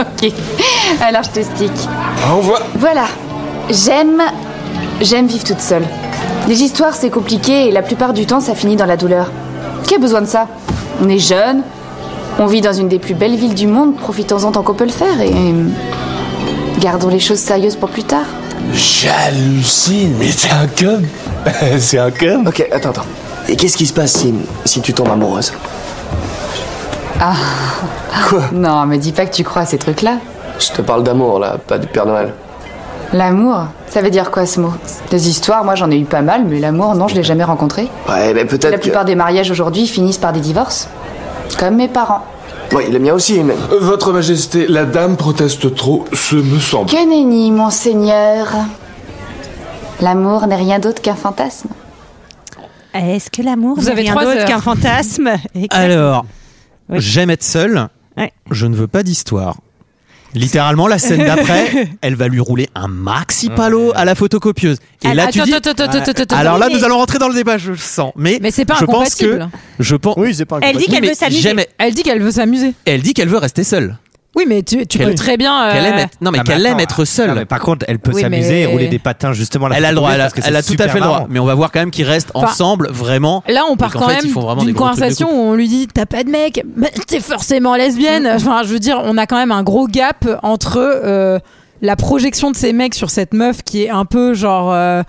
M: Ok. Alors je t'explique.
L: Au revoir.
M: Voilà. J'aime. J'aime vivre toute seule. Les histoires, c'est compliqué et la plupart du temps, ça finit dans la douleur. Qui a besoin de ça On est jeune, on vit dans une des plus belles villes du monde, profitons-en tant qu'on peut le faire et. Gardons les choses sérieuses pour plus tard.
L: J'hallucine, mais t'es un cum C'est un cum
D: Ok, attends, attends. Et qu'est-ce qui se passe si, si tu tombes amoureuse
M: Ah Quoi Non, me dis pas que tu crois à ces trucs-là.
D: Je te parle d'amour, là, pas du Père Noël.
M: L'amour, ça veut dire quoi ce mot Des histoires, moi j'en ai eu pas mal, mais l'amour, non, je l'ai jamais rencontré.
D: Ouais,
M: La
D: mais peut-être que...
M: plupart des mariages aujourd'hui finissent par des divorces. Comme mes parents.
D: Oui, les miens aussi, mais...
L: Votre Majesté, la dame proteste trop, ce me
D: Oh.
L: semble.
M: Que nenni, mon seigneur. L'amour n'est rien d'autre qu'un fantasme.
A: Est-ce que l'amour
J: Vous
A: n'est
J: avez
A: rien
J: trois
A: d'autre
J: heures.
A: qu'un fantasme Exact.
G: Alors,
A: Oui.
G: j'aime être seul.
A: Ouais.
G: Je ne veux pas d'histoire. Littéralement, la scène d'après, elle va lui rouler un maxi palo à la photocopieuse. Et
J: Alors,
G: là, tu
J: attends,
G: dis.
J: attends, attends, attends, attends, attends,
G: Alors là,
J: mais-
G: nous allons rentrer dans le débat, je le sens. Mais,
J: Mais c'est pas
G: je pense que
J: incompatible.
G: je pense.
F: Oui, c'est pas
J: Elle
K: Ah,
J: dit qu'elle veut s'amuser. Elle dit qu'elle veut s'amuser.
G: Elle dit qu'elle veut rester seule.
J: Oui, mais tu, tu
G: Qu'elle-
J: peux très bien. euh,
G: Qu'elle aime être- Non, mais
K: Ah, mais
G: qu'elle aime
K: attends,
G: être seule.
K: non, mais par contre, elle peut
J: Oui,
K: s'amuser et
J: mais-
K: rouler des patins justement. à la
G: elle a le droit, elle a,
K: parce que
G: elle a
K: c'est
G: tout à
K: super
G: fait le droit.
K: marrant.
G: Mais on va voir quand même qu'ils restent
J: Enfin,
G: ensemble, vraiment.
J: Là, on
G: et
J: part
G: qu'en
J: quand
G: fait,
J: même
G: ils font vraiment des
J: d'une
G: gros trucs de
J: conversation où on lui dit T'as pas de mec, mais t'es forcément lesbienne.
G: Mm.
J: Enfin, je veux dire, on a quand même un gros gap entre euh, la projection de ces mecs sur cette meuf qui est un peu genre. euh,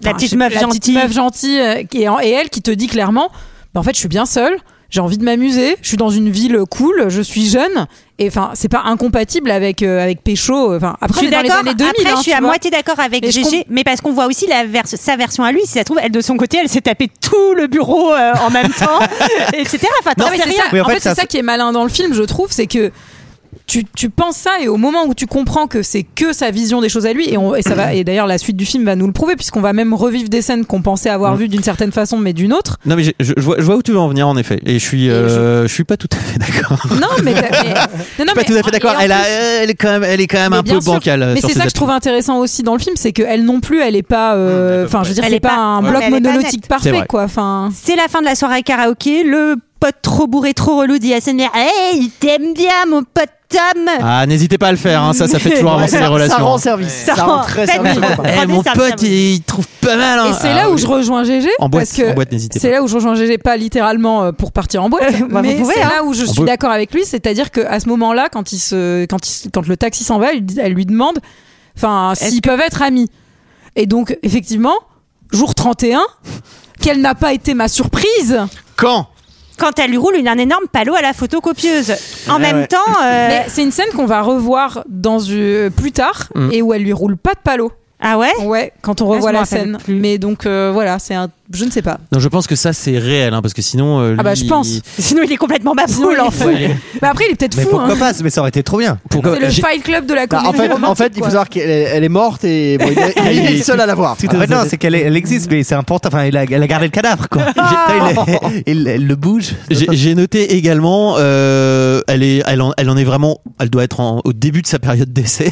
A: La
J: enfin,
A: petite
J: je sais pas,
A: meuf
J: la
A: gentille.
J: petite meuf gentille. euh, qui est en- et elle qui te dit clairement Bah, En fait, je suis bien seule, j'ai envie de m'amuser, je suis dans une ville cool, je suis jeune. Et enfin, c'est pas incompatible avec, euh, avec Pécho. Enfin,
A: Je
J: après,
A: suis
J: on est dans les
A: d'accord.
J: années 2000.
A: Après,
J: hein,
A: je suis
J: tu
A: à
J: vois.
A: moitié d'accord avec
J: Mais je
A: GG, mais parce qu'on voit aussi la vers- sa version à lui. Si ça se trouve, elle de son côté, elle s'est tapée tout le bureau euh, en même temps, etc. Enfin, t'en
J: Non, Ah, mais
A: sais
J: c'est
A: rien.
J: ça.
K: Oui, en
J: en,
K: fait,
J: fait,
K: ça-
J: c'est ça qui est malin dans le film, je trouve, c'est que tu, tu penses ça et au moment où tu comprends que c'est que sa vision des choses à lui et, on- et ça va et d'ailleurs la suite du film va nous le prouver puisqu'on va même revivre des scènes qu'on pensait
G: Mm.
J: avoir vues d'une certaine façon mais d'une autre.
G: Non mais j'ai- je, je vois, je vois où tu veux en venir en effet et je suis euh, je... suis pas tout à fait d'accord.
J: Non mais, t'as- mais- non, non,
G: je suis pas
J: mais-
G: tout à fait d'accord.
J: et en
G: Elle, a-
J: plus-
G: euh, elle est quand même elle est quand même
J: mais
G: un
J: bien
G: peu
J: sûr.
G: bancale. euh,
J: Mais
G: sur
J: c'est
G: ses
J: ça que je
G: appuis.
J: trouve intéressant aussi dans le film, c'est qu'elle non plus, elle est pas, euh, enfin, je veux dire,
A: Elle est
J: c'est pas,
A: pas-
J: un
A: ouais.
J: bloc
A: Elle est pas
J: monolithique
A: nette.
G: C'est
J: parfait,
G: vrai.
J: quoi. Enfin,
A: C'est la fin de la soirée karaoké. Le pote trop bourré, trop relou dit à Seigneur Hey, il t'aime bien, mon pote Tom
G: Ah n'hésitez pas à le faire, hein, ça ça fait
F: Ouais,
G: toujours avancer
F: ça-
G: les
F: Ça
G: relations.
F: rend service.
A: Ça rend
F: très
A: très
F: service.
A: bien.
F: au copain.
G: Eh,
A: Rendez
G: mon
A: service à
G: pote
A: vous.
G: il, il trouve pas mal. hein.
J: Et c'est
G: Ah,
J: là où
G: oui.
J: je rejoins GG.
G: En boîte,
J: parce que
G: en boîte, n'hésitez
J: C'est là où je rejoins GG, pas littéralement euh, pour partir en boîte,
A: bah, vous
J: mais
A: pouvez,
J: c'est
A: hein.
J: là où je
G: On
J: suis
G: peut.
J: d'accord avec lui. C'est-à-dire qu'à ce moment-là, quand, il se, quand, il se- quand le taxi s'en va, elle, dit- elle lui demande enfin,
A: Est-ce
J: s'ils peuvent être amis. Et donc, effectivement, jour 31, quelle n'a pas été ma surprise
G: Quand
A: Quand elle lui roule une, un énorme palo à la photocopieuse. En même
G: ouais.
A: temps, euh,
J: Mais C'est une scène qu'on va revoir dans, une- plus tard
G: Mm.
J: et où elle lui roule pas de palo.
A: ah ouais Ah,
J: Ouais, quand on
A: je
J: revoit
A: m'en
J: la
A: rappelle
J: scène. Mais donc, euh, voilà, c'est un. Je ne sais pas.
G: Non je pense que ça c'est réel hein, parce que sinon euh,
J: Ah bah,
G: lui,
J: je pense.
G: il-
A: Sinon, il est complètement
J: Sinon, il
A: baboule, hein.
J: est
A: en
J: fou.
A: fait.
J: Mais après, il est peut-être
K: Mais
J: fou.
K: pourquoi
J: hein.
K: pas Mais ça aurait été trop bien.
G: pourquoi
J: C'est le
G: j'ai-
J: Fight Club de la
F: Bah,
J: comédie
F: en fait, en fait,
J: romantique,
F: il faut
J: quoi.
F: savoir qu'elle est, elle est morte et bon, il est, il est le seul à la voir. Ah,
K: En fait, Ah bah non, c'est qu'elle est- elle existe, mais c'est important. Enfin, elle a, elle a gardé le cadavre, quoi.
J: Ah
K: il, il- elle le bouge.
G: J'ai j'ai noté également, euh, elle est, elle en, elle en est vraiment, elle doit être en- au début de sa période d'essai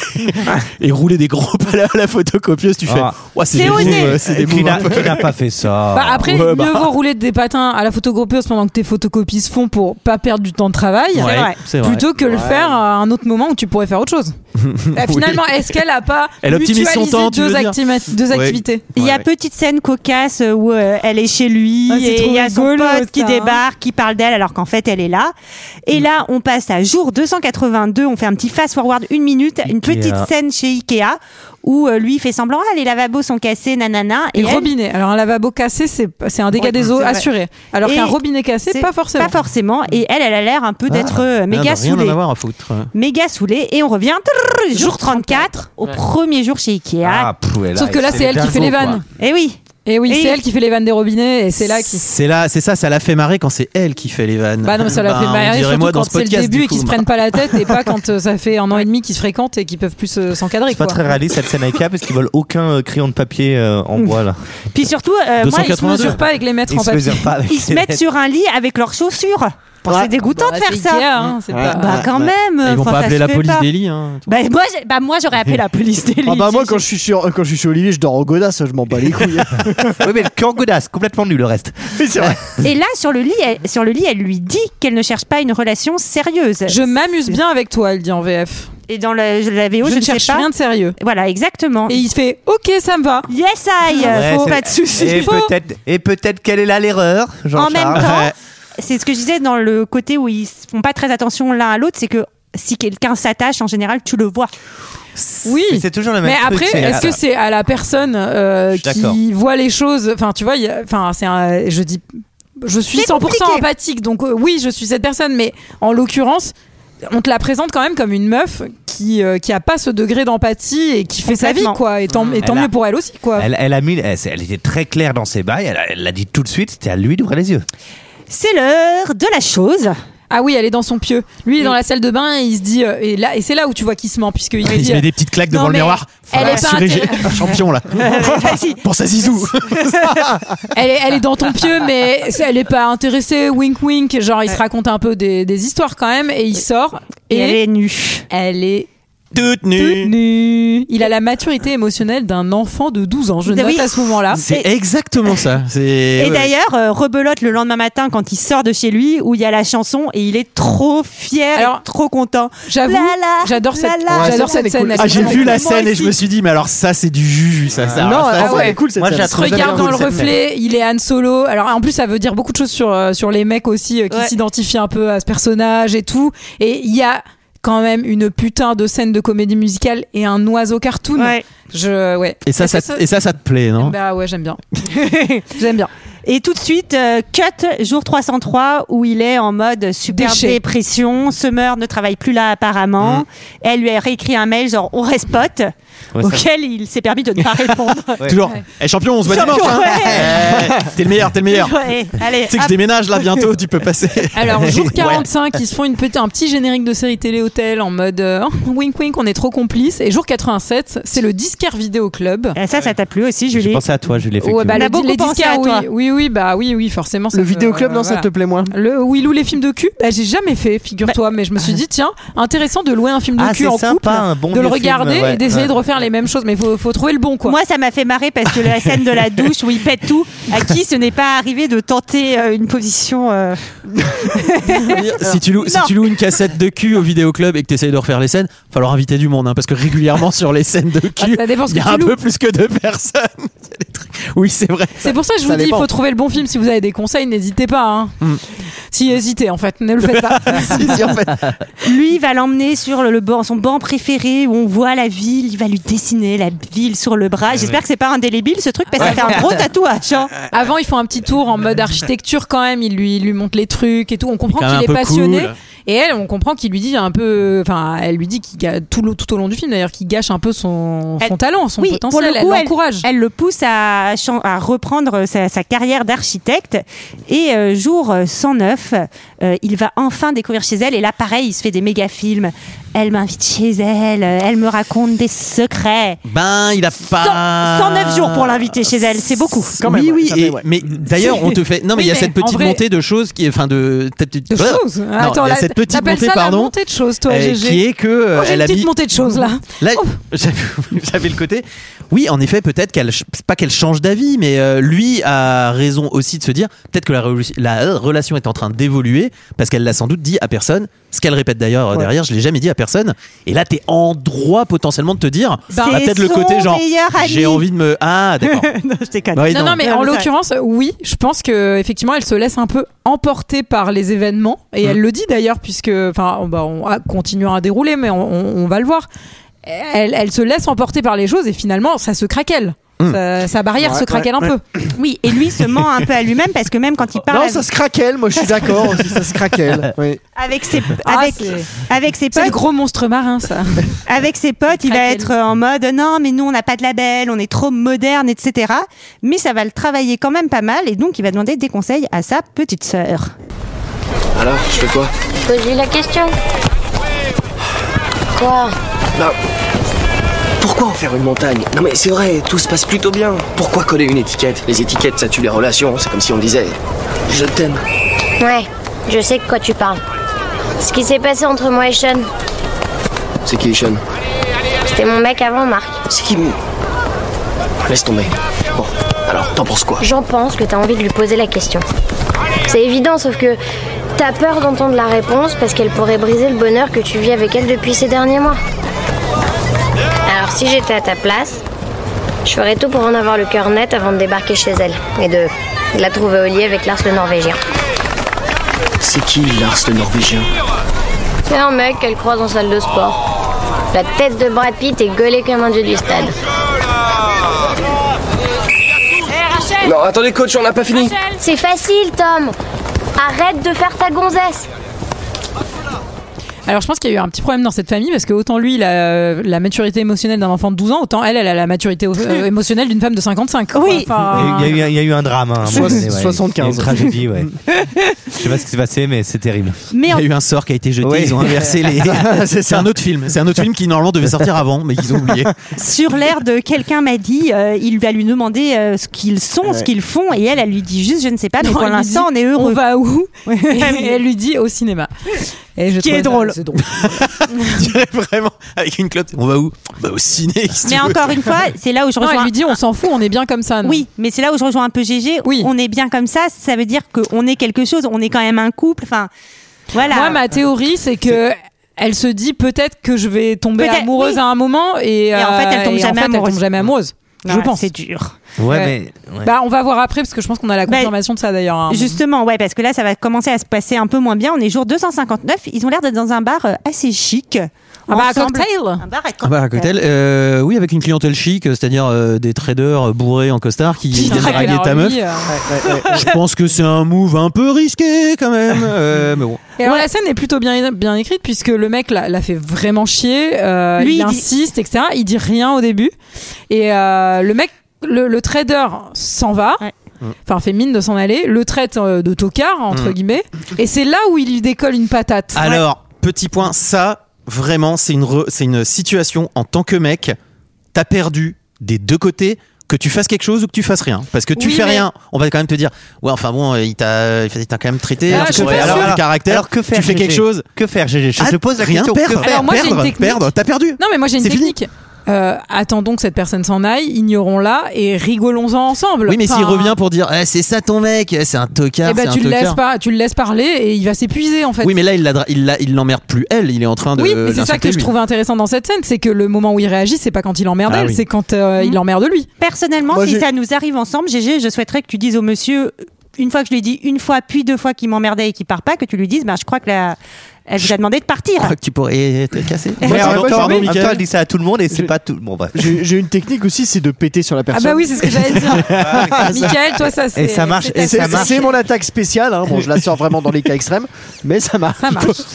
G: et rouler des gros palas à la photocopieuse. Tu fais,
K: Ah.
G: ouais, c'est
A: C'est
G: des
A: osé.
G: moves, euh, c'est des
K: Qui
G: moves
K: n'a
G: un peu.
K: qui n'a pas fait ça
J: Bah, après,
G: Ouais, bah.
J: mieux vaut rouler des patins à la photocopieuse pendant que tes photocopies se font pour pas perdre du temps de travail.
G: Ouais, c'est vrai.
J: Plutôt que le faire à un autre moment où tu pourrais faire autre chose. Bah, finalement, est-ce qu'elle a pas
G: Elle optimise son
J: mutualisé
G: temps, tu
J: deux,
G: veux dire
J: actima- deux
G: Ouais.
J: activités
A: Il y a
G: Ouais, ouais.
A: petite scène cocasse où euh, elle est chez lui
J: Ah, c'est
A: et
J: trop
A: il y a son
J: rigolo,
A: pote qui
J: ça, hein.
A: débarque, qui parle d'elle alors qu'en fait elle est là. Et là, on passe à jour 282, on fait un petit fast forward une minute, une
K: Ikea.
A: petite scène chez Ikea où euh, lui fait semblant ah les lavabos sont cassés nanana
J: Et
A: et elle-
J: robinet. Alors un lavabo cassé, c'est c'est un dégât
A: Ouais,
J: des eaux
A: c'est vrai.
J: assuré. Alors
A: Et
J: qu'un robinet cassé,
A: c'est
J: pas forcément.
A: Pas forcément. Et elle, elle a l'air un peu
G: Ah.
A: d'être euh, méga
G: rien
A: saoulée.
G: à avoir à foutre.
A: Méga saoulée. Et on revient trrr, jour 34 au premier jour chez Ikea.
G: Ah, pouh, et là,
J: Sauf que là, c'est elle qui fait les vannes.
A: Et oui.
J: Et oui,
A: Et-
J: c'est elle qui fait les vannes des robinets et c'est là qui.
G: C'est là, c'est ça, ça l'a fait marrer quand c'est elle qui fait les vannes.
J: Bah non, mais ça l'a
G: Ben,
J: fait
G: on
J: marrer
G: dirait
J: surtout
G: moi dans
J: quand
G: ce
J: c'est le
G: podcast.
J: début
G: du
J: et
G: coup,
J: qu'ils se
G: bah.
J: prennent pas la tête et pas quand euh, ça fait un an et demi qu'ils se fréquentent et qu'ils peuvent plus euh, s'encadrer.
K: C'est pas
J: quoi.
K: très réaliste cette scène avec elle parce qu'ils veulent aucun euh, crayon de papier euh, en bois là.
A: Puis surtout, euh, moi, ils se
K: 282.
A: mesurent
J: pas avec les mettre
K: Ils
J: en
K: se
J: papier.
K: mesurent pas avec
A: Ils se
K: les
A: mettent
K: lettres.
A: sur un lit avec leurs chaussures. Bon,
J: Ouais.
A: c'est dégoûtant
J: Bon,
A: de
J: bah,
A: faire
J: c'est
A: ça.
J: Ikea, hein, c'est pas-
A: Bah quand même.
G: Ils vont
A: enfin,
G: pas
A: ça
G: appeler
A: se
G: la
A: fait
G: police
A: pas.
G: des lits. hein.
A: Bah moi, j'ai- bah, moi, j'aurais appelé la police des lits.
F: Ah bah moi quand je suis sur- quand je suis chez Olivier je dors en godasse je m'en bats les couilles.
K: oui mais le cœur godasse complètement nul le reste.
F: Oui c'est vrai.
A: Et là, sur le lit, elle, sur le lit, elle lui dit qu'elle ne cherche pas une relation sérieuse.
J: Je m'amuse bien avec toi, elle dit en VF.
A: Et dans la, la VO, je,
J: Je ne cherche
A: sais pas.
J: rien de sérieux.
A: Voilà, exactement.
J: Et il se fait OK, ça me va.
A: Yes, I.
K: Ouais,
A: Faut
K: c'est-
A: pas de soucis.
K: Et
A: Faut-
K: peut-être et peut-être quelle est là l'erreur
A: en
K: Jean-Charles
A: même temps, c'est ce que je disais dans le côté où ils font pas très attention l'un à l'autre, c'est que si quelqu'un s'attache, en général, tu le vois.
J: Oui.
K: Mais c'est toujours le même
J: Mais
K: truc,
J: après,
K: c'est-
J: est-ce que c'est à la personne euh,
K: suis d'accord.
J: qui voit les choses Enfin, tu vois, il y a- enfin, c'est un- je dis, je suis
A: C'est
J: 100%
A: compliqué.
J: empathique, donc euh, oui, je suis cette personne. Mais en l'occurrence, on te la présente quand même comme une meuf qui euh, qui a pas ce degré d'empathie et qui fait sa vie,
A: Complètement.
J: quoi. Et tant, et tant
K: Mmh. Elle a-
J: mieux pour elle aussi, quoi.
K: Elle, elle a mis, elle, c'est- elle était très claire dans ses bails. Elle a- Elle l'a dit tout de suite. C'était à lui d'ouvrir les yeux.
A: C'est l'heure de la chose.
J: Ah oui, elle est dans son pieu. Lui, il est dans la salle de bain et il se dit euh, et là et c'est là où tu vois qu'il se ment puisque il,
G: Il se
J: dit,
G: met
J: euh,
G: des petites claques
J: Non,
G: devant le
J: mais
G: miroir.
J: elle
G: Voilà,
J: est pas
G: assuré,
J: inté-
G: j'ai- champion là.
A: Vas-y.
G: Pense à Zizou.
J: elle est, elle est dans ton pieu, mais c'est- elle est pas intéressée. Wink, wink. Genre, il se raconte un peu des, des histoires quand même, et il sort.
A: Et,
J: Et,
A: elle est nue.
J: elle est
G: Toute
J: toute
G: nue.
J: nue. Il a la maturité émotionnelle d'un enfant de 12 ans. Je
A: Oui.
J: note à ce moment-là.
G: C'est exactement ça. C'est-
A: Et
G: ouais.
A: d'ailleurs, euh, rebelote le lendemain matin quand il sort de chez lui où il y a la chanson et il est trop fier,
J: Alors,
A: et trop content.
J: J'avoue,
A: La la,
J: j'adore cette,
A: la la.
J: j'adore cette scène. elle
G: Ah,
J: est
G: j'ai
J: vraiment
G: vu la
J: complètement
G: scène et je
J: ici.
G: me suis dit, mais alors ça, c'est du jus, ça. ça
F: non,
G: ça,
F: elle
G: ça,
F: ouais, est cool cette
K: ah Moi, je
F: scène.
K: la trouve
J: Regarde
K: bien
J: dans le
K: cool, cette
J: reflet, il est Han Solo. Alors en plus, ça veut dire beaucoup de choses sur euh, sur les mecs aussi euh, qui
A: Ouais.
J: s'identifient un peu à ce personnage et tout. Et il y a quand même une putain de scène de comédie musicale et un oiseau cartoon.
A: Ouais.
J: Je ouais.
G: Et ça,
J: Est-ce
G: ça,
J: que
G: et ça, ça te plaît, non
J: Bah ouais, j'aime bien. j'aime bien.
A: Et tout de suite, euh, cut jour 303 où il est en mode super
J: Déchet.
A: dépression. Summer ne travaille plus là apparemment. Elle lui a réécrit un mail genre on reste potes,
K: Ouais, ça-
A: auquel il s'est permis de ne pas répondre.
G: Toujours. Eh, champion, on se voit
A: Champion,
G: dimanche. hein.
A: ouais. Ah.
G: Eh, T'es le meilleur, t'es le meilleur.
A: Ouais, allez,
G: Tu sais
A: hop.
G: que je déménage là bientôt, tu peux passer.
J: Alors jour
G: Ouais.
J: 45, ils se font une petite, un petit générique de série télé hôtel en mode euh, wink wink, on est trop complices. Et jour 87, c'est le disquaire vidéo club.
A: Ah, ça, ça t'a plu aussi,
K: J'ai
A: Julie
K: pensé à toi, Julie.
J: Ouais, bah,
A: On a
J: le-
A: beaucoup
J: les
A: pensé à
J: disquaires,
A: toi.
J: oui, oui, oui, bah oui, oui, forcément. ça
F: Le
J: me-
F: vidéoclub non ça
J: voilà.
F: te plaît moins.
J: Le où il loue les films de cul, bah, j'ai jamais fait, figure-toi, mais je me suis dit tiens, intéressant de louer un film de
K: Bah, Ah,
J: cul
K: c'est
J: en
K: sympa,
J: couple,
K: un bon
J: de le
K: vieux film,
J: regarder
K: ouais.
J: et d'essayer
K: Ouais.
J: de refaire les mêmes choses, mais faut, faut trouver le bon quoi.
A: Moi, ça m'a fait marrer parce que la scène de la douche où il pète tout, à qui ce n'est pas arrivé de tenter euh, une position. euh,
G: si, tu loues, si
A: Non.
G: tu loues une cassette de cul au vidéoclub et que t'essayes de refaire les scènes, falloir inviter du monde, hein, parce que régulièrement sur les scènes de cul,
J: Ah, ça dépend ce
G: il y
J: que
G: a
J: tu
G: un
J: loues.
G: peu plus que deux personnes. C'est des trucs- Oui, c'est vrai.
J: c'est pour ça que je
G: ça
J: vous dis, il
G: dépend.
J: faut trouver le bon film. Si vous avez des conseils, n'hésitez pas. hein.
K: Mm.
J: Si hésitez, en fait, ne le faites pas.
F: Si, si, en fait.
A: Lui, il va l'emmener sur le banc, son banc préféré où on voit la ville. Il va lui dessiner la ville sur le bras. J'espère que c'est pas indélébile ce truc parce que ça fait un gros tatouage. hein.
J: Avant, ils font un petit tour en mode architecture quand même. Il lui, il lui montre les trucs et tout. On comprend
G: Quand même
J: qu'il
G: un
J: est
G: peu
J: passionné.
G: cool.
J: Et elle, on comprend qu'il lui dit un peu. Enfin, elle lui dit qu'il ga- tout, le- tout au long du film d'ailleurs qu'il gâche un peu son, son
A: Elle-
J: talent, son
A: Oui, pour
J: potentiel.
A: le coup,
J: elle
A: elle,
J: l'encourage.
A: elle le pousse à, chan- à reprendre sa, sa carrière d'architecte. Et euh, jour euh, 109, euh, il va enfin découvrir chez elle. Et là, pareil, il se fait des méga films. Elle m'invite chez elle. euh, Elle me raconte des secrets.
G: Ben, il a pas.
A: 109 jours pour l'inviter chez elle, c'est beaucoup.
F: Quand même,
G: oui,
F: ouais,
G: oui.
F: ça fait,
G: et-
F: ouais.
G: Mais d'ailleurs, on te fait. Non,
J: Oui,
G: mais il y a
J: mais
G: cette
J: en
G: petite
J: vrai-
G: montée de choses qui est. Enfin, de. Cette
J: de choses.
G: Non,
J: Attends,
G: il y a
J: la-
G: cette petite
J: t'appelles
G: montée,
J: ça
G: pardon.
J: La montée de choses, toi,
G: euh,
J: GG.
G: qui est que euh,
J: Oh, j'ai
G: elle
J: une
G: a
J: petite
G: mis-
J: montée de choses là.
G: Là,
A: Oh.
G: j'avais j'avais le côté. Oui, en effet, peut-être qu'elle, ch- c'est pas qu'elle change d'avis, mais euh, lui a raison aussi de se dire peut-être que la, révolution- la euh, relation est en train d'évoluer parce qu'elle l'a sans doute dit à personne. Ce qu'elle répète d'ailleurs euh,
F: Ouais.
G: derrière, je l'ai jamais dit à personne. Et là, t'es en droit potentiellement de te dire
A: Bah,
G: bah,
A: c'est
G: peut-être le
A: son
G: côté genre
A: meilleur ami.
G: j'ai envie de me ah d'accord.
A: non, je déconne.
G: Bah oui,
J: Non, non, mais
A: Non,
J: en
A: mais ça-
J: l'occurrence, oui, je pense que effectivement, elle se laisse un peu emporter par les
G: Mm.
J: événements, et elle le dit d'ailleurs, puisque, enfin, on, bah, on ah, continuera à dérouler, mais on, on- on va le voir. elle, elle se laisse emporter par les choses et finalement, ça se craquelle.
A: Mm.
J: Sa, sa barrière
A: Ouais,
J: se craquelle
A: ouais,
J: un
A: ouais.
J: peu.
A: Oui, et lui se ment un peu à lui-même parce que même quand il parle.
J: Non,
A: avec-
J: ça se
F: craquelle, moi je suis d'accord aussi, ça se craquelle. Oui.
A: Avec ses,
J: Ah,
A: avec,
J: c'est-
A: avec ses potes.
J: C'est le gros monstre marin, ça.
A: Avec ses potes, il va être en mode non, mais nous on n'a pas de label, on est trop moderne, etc. Mais ça va le travailler quand même pas mal et donc il va demander des conseils à sa petite sœur.
D: Alors, je fais quoi
I: Pose-lui la question. Quoi
D: Bah, pourquoi en faire une montagne Non mais c'est vrai, tout se passe plutôt bien. Pourquoi coller une étiquette Les étiquettes, ça tue les relations. C'est comme si on disait, je t'aime.
I: Ouais, je sais de quoi tu parles. Ce qui s'est passé entre moi et Sean,
D: C'est qui, Sean
I: c'était mon mec avant Marc.
D: C'est qui Laisse tomber. Bon, alors, t'en penses quoi
I: J'en pense que t'as envie de lui poser la question. C'est évident, sauf que t'as peur d'entendre la réponse parce qu'elle pourrait briser le bonheur que tu vis avec elle depuis ces derniers mois. Alors si j'étais à ta place, je ferais tout pour en avoir le cœur net avant de débarquer chez elle et de la trouver au lit avec Lars le Norvégien.
D: C'est qui Lars le Norvégien
I: C'est un mec qu'elle croise en salle de sport. La tête de Brad Pitt est gaulée comme un dieu du stade.
D: Non, attendez, coach, on n'a pas fini.
I: C'est facile, Tom. Arrête de faire ta gonzesse.
J: Alors je pense qu'il y a eu un petit problème dans cette famille parce que autant lui il a euh, la maturité émotionnelle d'un enfant de 12 ans, autant elle elle a la maturité euh, émotionnelle d'une femme de euh, 55. Oui.
K: Il y, a eu- il y a eu, il y a eu un drame. hein, à un moment donné, ouais.
F: 75.
K: Une tragédie, ouais. Je sais pas ce qui s'est passé, mais c'est terrible.
A: Mais
G: Il y a eu un sort qui a été jeté,
K: Oui.
G: ils ont inversé les.
K: C'est
G: c'est un autre film. C'est un autre film qui normalement devait sortir avant, mais ils ont oublié.
A: Sur l'air de quelqu'un m'a dit, euh, il va lui demander euh, ce qu'ils sont,
G: Ouais.
A: ce qu'ils font et elle, elle lui dit juste je ne sais pas, mais
J: Non,
A: pour
J: elle lui
A: l'instant on
J: dit,
A: est heureux.
J: On va où Et elle lui dit au cinéma. Et je
G: Qui
J: trouve
G: est
J: ça-
G: drôle.
J: c'est drôle.
G: Vraiment, avec une clope. On va où Bah au ciné. si tu
A: Mais
G: veux.
A: encore une fois, c'est là où je
J: Non,
A: rejoins.
J: elle lui dit on s'en fout, on est bien comme ça. non
A: Oui, mais c'est là où je rejoins un peu GG. On est bien comme ça, ça veut dire qu'on est quelque chose, on est quand même un couple. Enfin, voilà.
J: Moi ma théorie c'est que elle se dit peut-être que je vais tomber
A: Peut-être,
J: amoureuse
A: oui.
J: à un moment et,
A: Et en fait, elle
J: euh,
A: tombe
J: et en
A: jamais
J: fait, elle tombe
A: amoureuse.
J: jamais amoureuse. je
A: Ouais,
J: pense.
A: C'est dur.
K: Ouais,
A: Ouais.
K: mais. ouais.
J: Bah on va voir après parce que je pense qu'on a la
A: Bah,
J: confirmation de ça d'ailleurs. hein.
A: Justement, ouais, parce que là, ça va commencer à se passer un peu moins bien. On est jour 259. Ils ont l'air d'être dans un bar euh, assez chic.
J: Un bar Ah bah, à
A: Ensemble.
J: cocktail
A: Un bar à cocktail.
G: Ah bah, un cocktail, euh, oui, avec une clientèle chic, c'est-à-dire euh, des traders bourrés en costard qui viennent
J: traquent
G: draguer
J: leur
G: ta meuf.
J: vie, euh.
G: Je pense que c'est un move un peu risqué quand même, euh, mais bon.
J: Et alors la scène est plutôt bien, bien écrite puisque le mec la, la fait vraiment chier, euh,
A: Lui,
J: il,
A: il dit-
J: insiste, etc. Il dit rien au début. Et euh, le mec, le, le trader s'en va. Enfin, fait mine de s'en aller, le traite euh, de tocard, entre
G: Mm.
J: guillemets, et c'est là où il lui décolle une patate.
G: Alors, petit point, ça, vraiment, c'est une, re- c'est une situation en tant que mec, t'as perdu des deux côtés. Que tu fasses quelque chose ou que tu fasses rien. Parce que tu
K: Oui,
G: fais
K: mais-
G: rien, on va quand même te dire Ouais, enfin bon, euh, il t'a il t'a quand même traité.
K: Alors,
G: tu
K: je
G: pourrais-
K: suis pas
G: alors,
K: sûre.
G: alors, caractère,
K: Alors, que faire,
G: tu fais quelque
K: GG?
G: chose.
K: Que faire, GG? Je
G: Ah,
K: te pose la
G: rien
K: question, que
G: Perdre,
K: faire
J: Alors moi j'ai une
G: perdre,
J: technique.
G: perdre, t'as perdu.
J: Non mais moi j'ai une
G: C'est fini.
J: technique. Euh, attendons que cette personne s'en aille, ignorons-la et rigolons-en ensemble.
G: Oui, mais s'il
J: Enfin,
G: revient pour dire Eh, c'est ça ton mec, Eh, c'est un tocard,
J: eh ben,
G: c'est un
J: tu le laisses
G: tocard.
J: pas, tu le laisses parler et il va s'épuiser en fait.
G: Oui, mais là, il la dra- il la- il l'emmerde plus elle. Il est en train de.
J: Oui, mais c'est ça
G: l'insulter,
J: que je
G: lui.
J: trouve intéressant dans cette scène, c'est que le moment où il réagit, c'est pas quand il emmerde
G: Ah
J: elle,
G: oui.
J: c'est quand euh, il emmerde lui.
A: Personnellement,
J: Moi,
A: si
J: j'ai-
A: ça nous arrive ensemble, GG, je souhaiterais que tu dises au monsieur, une fois que je lui ai dit une fois, puis deux fois qu'il m'emmerdait et qu'il part pas, que tu lui dises, bah, je crois que la... elle vous a demandé de partir.
G: Je crois que tu pourrais te casser.
K: Ouais,
F: Moi, j'ai-
K: en même
F: moi, j'ai-
K: temps, en
F: oui.
K: même temps, elle dit ça à tout le monde et c'est
F: Je-
K: pas tout. Bon, bref.
F: J'ai j'ai une technique aussi, c'est de péter sur la personne.
J: bah oui, c'est ce que j'allais dire. Ah, Michael, toi, ça, c'est-
F: Et ça marche.
J: c'est ta
F: et ça
J: technique.
F: marche. C'est mon attaque spéciale. hein. Bon, je la sors vraiment dans les cas extrêmes, mais ça marche. Ça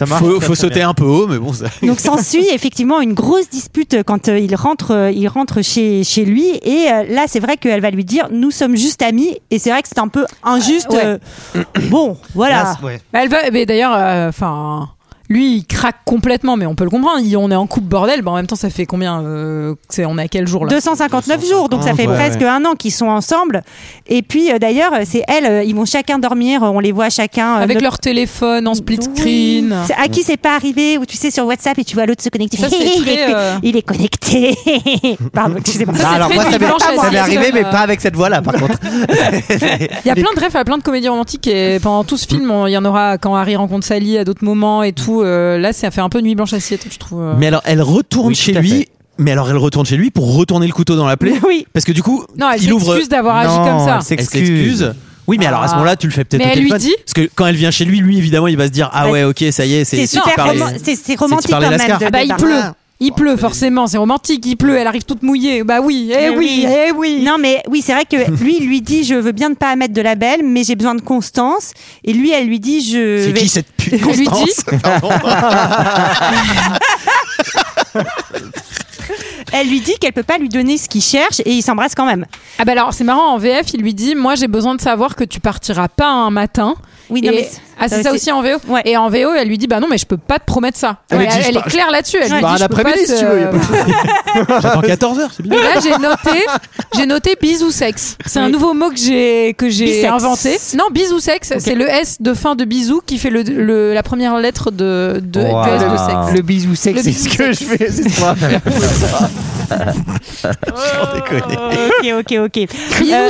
J: marche.
G: Faut, faut sauter un peu haut, mais bon. Ça...
A: Donc s'ensuit effectivement une grosse dispute quand euh, il rentre, euh, il rentre chez, chez lui et euh, là c'est vrai qu'elle va lui dire nous sommes juste amis et c'est vrai que c'est un peu injuste.
J: Euh,
A: euh, bon, voilà.
J: Bah, elle va, mais d'ailleurs, euh, enfin. lui, il craque complètement, mais on peut le comprendre. il- on est en couple bordel, bah, en même temps, ça fait combien euh, c'est, On est à quel jour là
A: 259 jours,
G: Ah,
A: donc ça fait
J: ouais,
A: presque
J: ouais.
A: un an qu'ils sont ensemble. Et puis euh, d'ailleurs, c'est elle, euh, ils vont chacun dormir, euh, on les voit chacun. euh,
J: Avec
A: ne-
J: leur téléphone en split screen.
A: C'est- À qui c'est pas arrivé, ou tu sais, sur WhatsApp et tu vois l'autre se connecter.
J: Ça, c'est
A: il, est,
J: très, euh,
A: il est connecté. Pardon, excusez-moi.
K: Ah, alors moi, ça m'est ça m'est arrivé, mais pas avec cette voix-là, par contre.
J: Il y a plein de rêves à plein de comédies romantiques et pendant tout ce film, on- il y en aura quand Harry rencontre Sally à d'autres moments et tout. euh, là, ça fait un peu nuit blanche assiette, je trouve. euh.
G: Mais alors, elle retourne chez lui. Mais alors, elle retourne chez lui pour retourner le couteau dans la plaie.
A: Oui.
G: Parce que du coup,
J: Non, elle
G: il ouvre.
J: s'excuse d'avoir agi
G: Non,
J: comme ça.
G: Elle s'excuse. Oui, mais alors à ce
J: Ah.
G: moment-là, tu le fais peut-être
J: Mais
G: au
J: elle lui
G: téléphone.
J: dit-
G: Parce que quand elle vient chez lui, lui, évidemment, il va se dire Ah
A: Bah,
G: ouais, ok, ça y est, c'est
A: c'est
G: c'est
A: super
G: parler-
A: roman- c'est- c'est
G: tu
A: romantique
G: parler
A: quand même
G: Lascar.
A: de Ah bah, il départ. pleut.
G: Oh,
J: Il pleut forcément, c'est romantique, il pleut, elle arrive toute mouillée. Bah oui, eh oui, eh oui.
A: Ah Non, mais oui, c'est vrai que lui, il lui dit Je veux bien ne pas mettre de label, mais j'ai besoin de constance. Et lui, elle lui dit Je.
G: C'est
A: vais-
G: qui cette pute
A: Elle lui dit-
G: Constance Pardon.
A: Elle lui dit qu'elle peut pas lui donner ce qu'il cherche et il s'embrasse quand même.
J: Ah bah alors c'est marrant en VF il lui dit moi j'ai besoin de savoir que tu partiras pas un matin.
A: Oui, non,
J: Et-
A: mais c'est-
J: ah c'est
A: ça
J: ça
A: aussi-
J: aussi en VO. Et en VO elle lui dit bah non mais je peux pas te promettre ça.
G: Elle
J: Ouais,
G: lui dit,
J: elle,
G: je
J: elle
G: pars-
J: est claire là-dessus. Elle
G: je
J: lui
G: pars
J: dit,
G: un
J: je peux pas
G: après-midi, si
J: te-
G: tu veux, y a pas de J'attends 14 heures, c'est bien.
J: Et là j'ai noté j'ai noté bisous sexe. C'est un nouveau mot que j'ai que j'ai
A: Bisex.
J: inventé. Non bisous sexe c'est le S de fin de bisous qui fait le, le- la première lettre de de,
G: Oh,
K: Wow.
J: du S de sexe.
K: Le bisou sexe,
J: Le
K: c'est
J: bisou
K: ce que je fais. C'est ce qu'on appelle ça. Sans déconner.
A: Ok, ok, ok. Euh,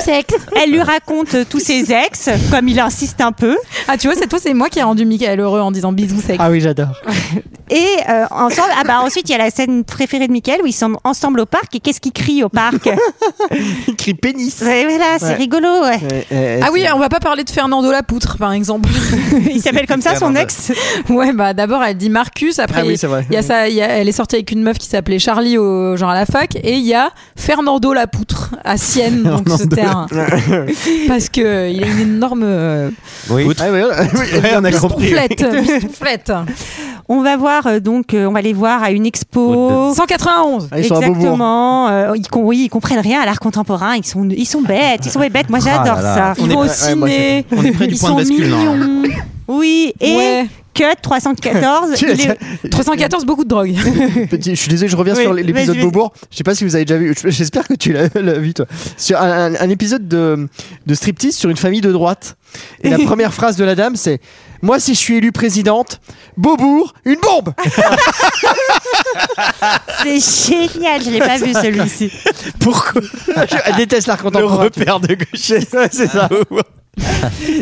A: Elle lui raconte euh, tous ses ex, comme il insiste un peu.
J: Ah tu vois cette fois c'est moi qui ai rendu Michael heureux en disant bisous sexe.
F: Ah oui, j'adore.
A: Et euh, ensemble, ah bah ensuite il y a la scène préférée de Michael où ils sont ensemble au parc et qu'est-ce qu'il crie au parc
F: Il crie pénis.
A: Ouais, voilà, c'est
F: Ouais.
A: rigolo. ouais.
J: Ah oui, on va pas parler de Fernando Lapoutre, par exemple.
A: il s'appelle comme ça, son Fernando. ex
J: Ouais, bah d'abord elle dit Marcus, après
A: Ah oui, c'est vrai.
J: il y a ça, il y a- elle est sortie avec une meuf qui s'appelait Charlie au genre à la fac, et il y a Fernando Lapoutre à Sienne, donc
G: Fernando
J: c'était un- parce que il a une énorme euh,
G: Oui.
F: Ah
G: Ouais, on a compris.
J: tonflette, tonflette.
A: On va voir euh, donc, euh, on va les voir à une
G: Oh.
A: expo.
J: 191.
F: Ah, ils sont à Beaubourg.
A: Exactement. euh, ils, con- oui, ils comprennent rien à l'art contemporain. Ils sont, ils sont bêtes. Ils sont des bêtes. Moi, j'adore
G: Ah là là.
A: ça.
G: On
A: ils
G: est
A: vont au
G: prêt- ouais, moi,
A: ciné.
G: c'est- on est près du
A: ils
G: point de
A: sont
G: bascule, là.
A: mignons. Oui. Et
J: Ouais.
A: cut 314.
F: Tu-
A: il est-
J: 314, beaucoup de drogue.
F: Petit- je suis désolé, je reviens
A: Oui,
F: sur l'épisode
A: vas-y, vas-y.
F: Beaubourg. Je sais pas si vous avez déjà vu. je- J'espère que tu l'as l'as vu, toi. Sur un, un- un épisode de, de striptease sur une famille de droite. Et la première phrase de la dame, c'est Moi, si je suis élue présidente, Beaubourg, une bombe
A: C'est génial. Je l'ai pas vu celui-ci.
F: Pourquoi Je- Elle déteste l'art contemporain. Le repère
G: de gauche.
F: c'est ça.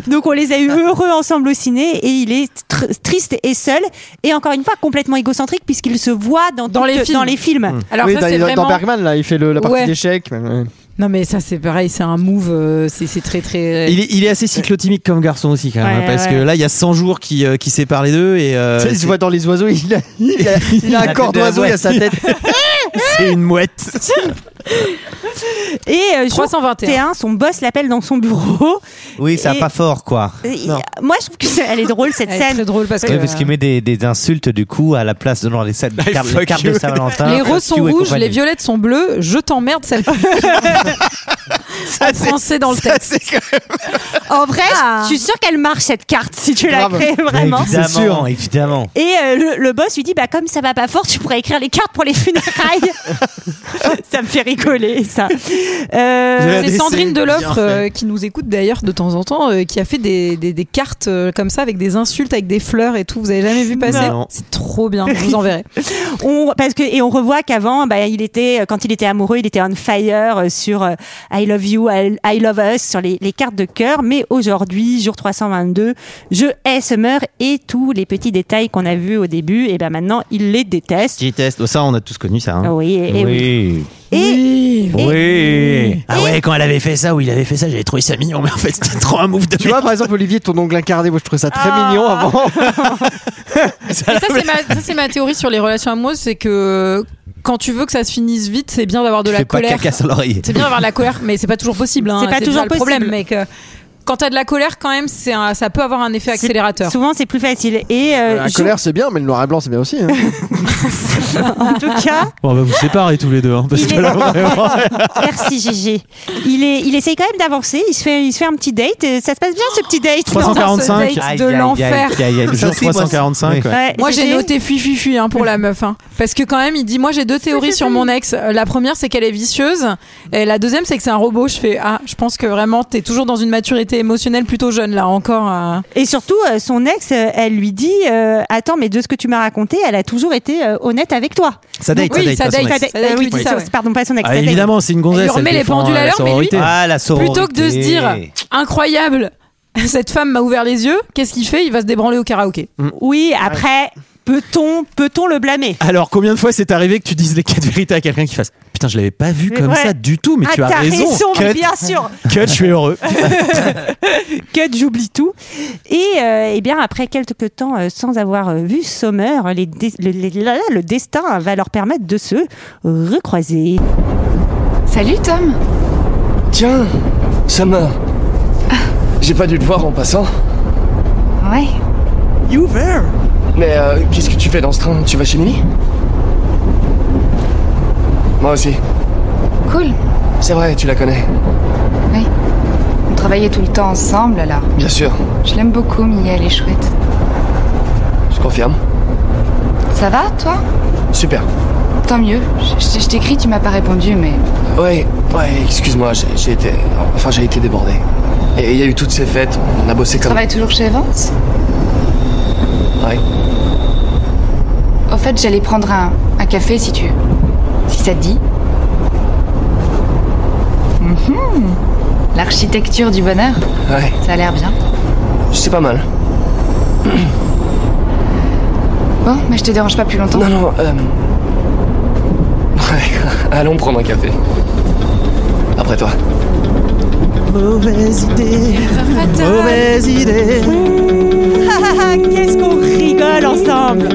A: Donc on les a eu
J: Ah.
A: heureux ensemble au ciné et il est tr- triste et seul et encore une fois complètement égocentrique puisqu'il se voit dans,
J: Dans
A: toutes-
J: les films.
A: Dans les films.
J: Alors
F: oui,
J: ça
F: dans,
J: c'est
F: dans- dans
J: vraiment.
F: Bergman, là, il fait le- la partie
J: Ouais.
F: d'échecs. Ouais.
J: Non mais ça c'est pareil, c'est un move, euh, c'est c'est très très.
G: Il est, il est assez cyclotimique comme garçon aussi, quand même, hein,
J: Ouais,
G: parce
J: ouais.
G: que là, il y a 100 jours qui, euh, qui séparent les deux. Et, euh,
F: Tu sais, il se
G: c'est-
F: voit dans les oiseaux, il a, il a- il a un
G: La
F: corps
G: tête de la
F: d'oiseau, il a sa tête.
G: c'est une mouette.
A: Et euh, jour
J: 321.
A: 31, son boss l'appelle dans son bureau.
K: Oui, ça
A: Et-
K: va pas fort, quoi.
A: Et- Moi, je trouve que c'est- elle est drôle cette
J: Elle est
A: scène.
J: très drôle parce que.
K: Oui, parce qu'il met des, des insultes du coup à la place de dans les
G: Ah,
K: scènes- les cartes, les
G: fuck
K: cartes
G: you.
K: de Saint-Valentin.
J: euh, les
K: fuck
J: roses sont
K: you et
J: rouges,
K: compagnie.
J: les violettes sont bleues. Je t'emmerde, celle En français dans le texte.
A: En vrai,
J: Ah.
A: je suis sûre qu'elle marche cette carte si tu la
F: Grave.
A: crées vraiment.
K: Mais Évidemment, évidemment.
A: Et euh, le, le boss lui dit bah comme ça va pas fort, tu pourrais écrire les cartes pour les funérailles. ça me fait rigoler ça. Euh,
G: Vous avez
J: C'est
G: adressé,
J: Sandrine
G: bien
J: Deloffre
G: fait.
J: euh, qui nous écoute d'ailleurs de temps en temps, euh, qui a fait des, des- des cartes euh, comme ça avec des insultes, avec des fleurs et tout. Vous avez jamais vu passer
G: Non.
J: C'est trop bien. Je vous enverrai.
A: on parce que et on revoit qu'avant bah il était euh, quand il était amoureux il était on fire euh, sur euh, I love you I, I love us sur les, les cartes de cœur mais aujourd'hui jour 322 je hais Summer et tous les petits détails qu'on a vus au début et ben maintenant il les déteste
G: Petit test. Oh, ça, on a tous connu ça.
F: Ah.
G: hein.
A: oui et,
J: eh
A: et oui.
G: Oui. Ah ouais, quand elle avait fait ça, ou il avait fait ça, j'avais trouvé ça mignon, mais en fait, c'était trop un move de
F: Tu vois, par exemple, Olivier, ton ongle incarné, moi je trouvais ça très mignon avant.
J: Et ça, c'est ma, ça, c'est ma théorie sur les relations amoureuses, c'est que quand tu veux que ça se finisse vite, c'est bien d'avoir de la
G: Fais pas
J: colère.
G: caca sur l'oreille.
J: C'est bien d'avoir de la colère, mais c'est pas toujours possible. hein.
A: C'est pas toujours
J: déjà le problème,
A: possible.
J: mec. Euh, Quand t'as de la colère, quand même, c'est un- ça peut avoir un effet
A: C'est-
J: accélérateur.
A: Souvent, c'est plus facile. Et euh,
F: La
A: jour-
F: colère, c'est bien, mais le noir et blanc, c'est bien aussi. hein.
A: en tout cas,
G: Bon, on va vous séparer tous les deux, hein, parce
A: Il
G: que
A: est-
G: là, vraiment.
A: merci GG. Il, est, il essaye quand même d'avancer. Il se fait, il se fait un petit date. Euh, Ça se passe bien ce petit date. non
G: 345.
J: Putain, ce date
K: Aïe,
J: de
K: aïe, aïe,
J: l'enfer.
G: aïe, aïe, aïe, le
K: Ça,
G: jour
K: c'est moi, c'est-
G: 345. ouais.
A: Ouais,
J: Moi j'ai
A: GG.
J: noté fui fui fui hein, pour la meuf hein. parce que quand même il dit moi j'ai deux théories sur mon ex Euh, la première c'est qu'elle est vicieuse et la deuxième c'est que c'est un robot je fais ah je pense que vraiment t'es toujours dans une maturité émotionnelle plutôt jeune là encore euh.
A: Et surtout, euh, son ex, euh, elle lui dit euh, Attends, mais de ce que tu m'as raconté, elle a toujours été euh, honnête avec toi.
G: Ça date,
J: Oui, ça
G: ça
J: date,
G: date. son
J: ça
G: ex.
J: date.
A: Euh,
J: lui
A: oui,
J: dit ça, ouais.
A: Pardon, pas son ex.
G: Ah,
A: sa date.
G: évidemment, c'est une gonzesse.
J: Elle lui remet les
G: défend,
J: pendules à
G: euh, la
J: l'heure, mais lui-
G: sororité.
K: Ah, la sororité.
J: plutôt que de se dire incroyable cette femme m'a ouvert les yeux qu'est-ce qu'il fait il va se débranler au karaoké
A: Oui, après, Peut-on peut-on le blâmer
G: Alors, combien de fois c'est arrivé que tu dises les quatre vérités à quelqu'un qui fasse Putain, je l'avais pas vu
A: C'est
G: comme
A: vrai.
G: ça du tout, mais
A: Ah,
G: tu as
A: t'as
G: raison.
A: raison, mais
G: Cut.
A: bien sûr.
G: Cut, je suis heureux.
A: Cut, j'oublie tout. Et euh, eh bien, après quelques temps euh, sans avoir euh, vu Sommer, les dé- le, les- là, là, le destin va leur permettre de se recroiser.
M: Salut Tom
D: Tiens, Summer. J'ai pas dû te voir en passant.
M: Ouais.
D: You there Mais euh, qu'est-ce que tu fais dans ce train Tu vas chez Mimi Moi aussi.
M: Cool.
D: C'est vrai, tu la connais.
M: Oui. On travaillait tout le temps ensemble alors.
D: Bien sûr,
M: Je l'aime beaucoup, Mia, elle est chouette.
D: je confirme.
M: Ça va, toi
D: Super.
M: Tant mieux. Je, je- je t'écris, tu m'as pas répondu, mais
D: Ouais, ouais, excuse-moi, j'ai j'ai été. Enfin, j'ai été débordé. Et il y a eu toutes ces fêtes, on a bossé
M: tu
D: comme.
M: travailles toujours chez Vance
D: Ouais.
M: Au fait, j'allais prendre un, un café si tu. si ça te dit. Mhm. L'architecture du bonheur,
D: Ouais,
M: ça a l'air bien.
D: c'est pas mal.
M: Bon, mais je te dérange pas plus longtemps.
D: Non, non, euh. Ouais, allons prendre un café. Après toi.
F: Mauvaise idée. Mauvaise idée.
A: Ah, ah, ah, Qu'est-ce qu'on rigole ensemble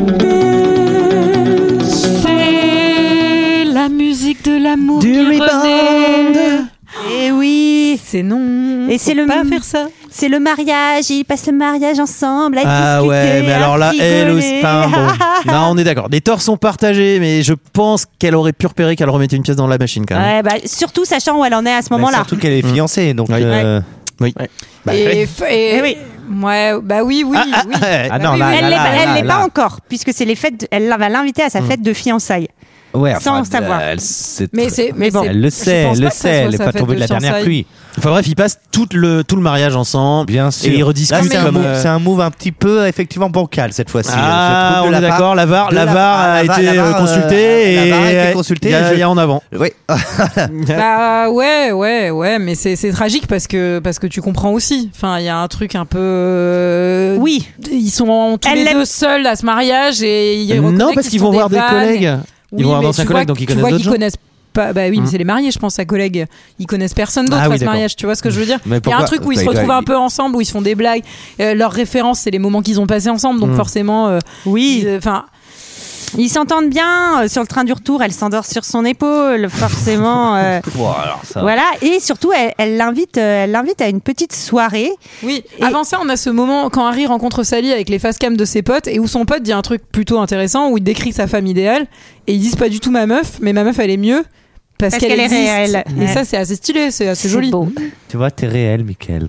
N: C'est la musique de l'amour qui renaît.
G: Eh
A: Et oui
J: C'est non
A: Et c'est le
J: pas faire ça
A: C'est le mariage, ils passent le mariage ensemble à
G: Ah
A: discuter,
G: ouais, mais
A: à
G: alors là, elle aussi.
A: rigoler.
G: Enfin, bon. Non, on est d'accord. Les torts sont partagés, mais je pense qu'elle aurait pu repérer qu'elle remettait une pièce dans la machine quand même. Mm.
A: Ouais, bah, surtout sachant où elle en est à ce moment-là.
G: Bah, surtout
K: qu'elle est fiancée, donc. euh,
G: Oui.
K: Bah
J: Et, f- et- Ouais, bah oui, oui, oui.
K: Eh Ah
J: non, là,
A: elle
J: là,
A: l'est
J: là,
A: pas-
J: là,
A: elle l'est
J: là.
A: pas encore, puisque c'est les fêtes. de- elle va l'inviter à sa fête de fiançailles.
K: Ouais,
A: Sans
K: enfin,
A: savoir.
K: elle sait
A: Mais
K: très-
A: c'est- mais bon.
K: Elle le
A: Je
K: sait,
A: pense
K: elle
A: pas
K: le
A: que ça
K: sait,
A: soit
K: elle
A: sa
K: est pas
A: fête
K: tombée de
A: de
K: la dernière
A: fiançailles.
K: pluie.
G: Enfin bref, ils passent tout le, tout le mariage ensemble.
K: Bien sûr.
G: Et ils rediscutent
K: Là, c'est un
G: comme,
K: move-
G: euh,
K: C'est un move un petit peu, effectivement, bancal cette fois-ci. hein.
G: Ah,
K: je trouve, de
G: on est
K: part-
G: d'accord, la VAR-
K: de
G: la VAR
K: part-
G: a
K: la
G: été,
K: la
G: euh,
K: VAR,
G: consultée
K: euh, la VAR
G: et
K: a été consultée.
G: il y a-
K: je-
G: il y a en avant.
K: Oui.
J: Bah ouais, ouais, ouais, mais c'est c'est tragique parce que, parce que tu comprends aussi. Enfin, il y a un truc un peu.
A: Oui.
J: Ils sont tous
A: Elle
J: les
A: l'aime.
J: deux seuls à ce mariage et ils
G: Non,
J: reconnaissent
G: parce
J: que
G: qu'ils
J: ce
G: vont
J: sont
G: voir des
J: vannes.
G: collègues. Ils
J: Oui,
G: vont voir
J: mais
G: d'anciens
J: tu vois
G: collègues, donc
J: que-
G: ils
J: tu
G: connaissent
J: vois
G: d'autres
J: qu'ils
G: gens.
J: connaissent pas. Bah oui,
G: Mm.
J: mais c'est les mariés, je pense, à collègues. Ils connaissent personne
G: Ah
J: d'autre
G: oui,
J: à ce
G: d'accord.
J: mariage, tu vois ce que je veux dire
G: Mais
J: Il y a un
G: pourquoi-
J: truc où ils se
G: Bah, il doit-
J: retrouvent un peu ensemble, où ils se font des blagues. Euh, Leur référence, c'est les moments qu'ils ont passés ensemble,
G: Hmm.
J: donc
A: Mm.
J: forcément. euh,
A: oui.
J: Enfin.
A: Ils s'entendent bien euh, sur le train du retour. Elle s'endort sur son épaule, forcément. euh,
K: Bon, alors ça.
A: voilà. Et surtout, elle elle l'invite, euh, elle l'invite à une petite soirée.
J: Oui, avant ça, on a ce moment quand Harry rencontre Sally avec les facecams de ses potes et où son pote dit un truc plutôt intéressant où il décrit sa femme idéale et ils disent pas du tout ma meuf, mais ma meuf elle est mieux parce,
A: Parce
J: qu'elle
A: qu'elle est
J: existe.
A: réelle.
J: Et
A: Ouais.
J: ça, c'est assez stylé, Ah, c'est assez
A: C'est
J: joli.
A: beau.
K: Tu vois, t'es réel, Michael.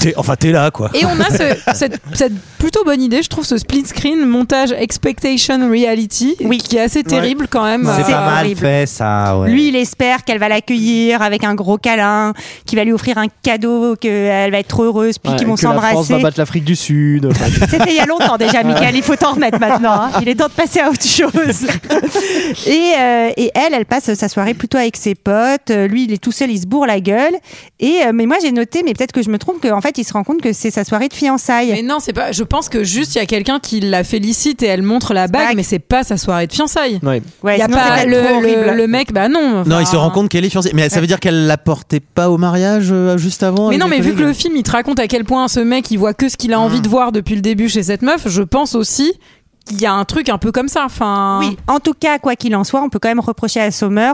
G: T'es- enfin, t'es là, quoi.
J: Et on a ce- cette, cette plutôt bonne idée, je trouve, ce split screen montage expectation reality qui est assez terrible quand même.
K: C'est
J: Euh,
K: pas mal
A: horrible.
K: fait, ça. ouais.
A: Lui, il espère qu'elle va l'accueillir avec un gros câlin, qu'il va lui offrir un cadeau, qu'elle va être trop heureuse, puis
F: Ouais,
A: qu'ils vont
F: que La France
A: s'embrasser.
F: va battre l'Afrique du Sud. Enfin,
A: C'était il y a longtemps déjà, Michael. Il faut t'en remettre maintenant. hein. Il est temps de passer à autre chose. Et, euh, et elle, elle passe sa soirée plutôt avec ses potes. Euh, Lui, il est tout seul, il se bourre la gueule. Et euh, mais moi, j'ai noté, mais peut-être que je me trompe, qu'en fait, il se rend compte que c'est sa soirée de fiançailles.
J: Euh, Mais non, c'est pas. Je pense que juste il y a quelqu'un qui la félicite et elle montre la bague, mais c'est pas sa soirée de fiançailles.
F: Ouais.
J: Il y a
A: sinon, ça va
J: pas
A: être
J: le,
A: trop
J: le-
A: horrible.
J: le mec, bah non.
G: Non,
J: enfin,
G: il se rend compte qu'elle est fiancée. Mais ça veut dire qu'elle la portait pas au mariage euh, juste avant
J: Mais
G: elle
J: non, mais
G: les
J: vu
G: collègues
J: que le film il te raconte à quel point ce mec il voit que ce qu'il a envie de voir depuis le début chez cette meuf, je pense aussi qu'il y a un truc un peu comme ça. Enfin,
A: Oui. En tout cas, quoi qu'il en soit, on peut quand même reprocher à Sommer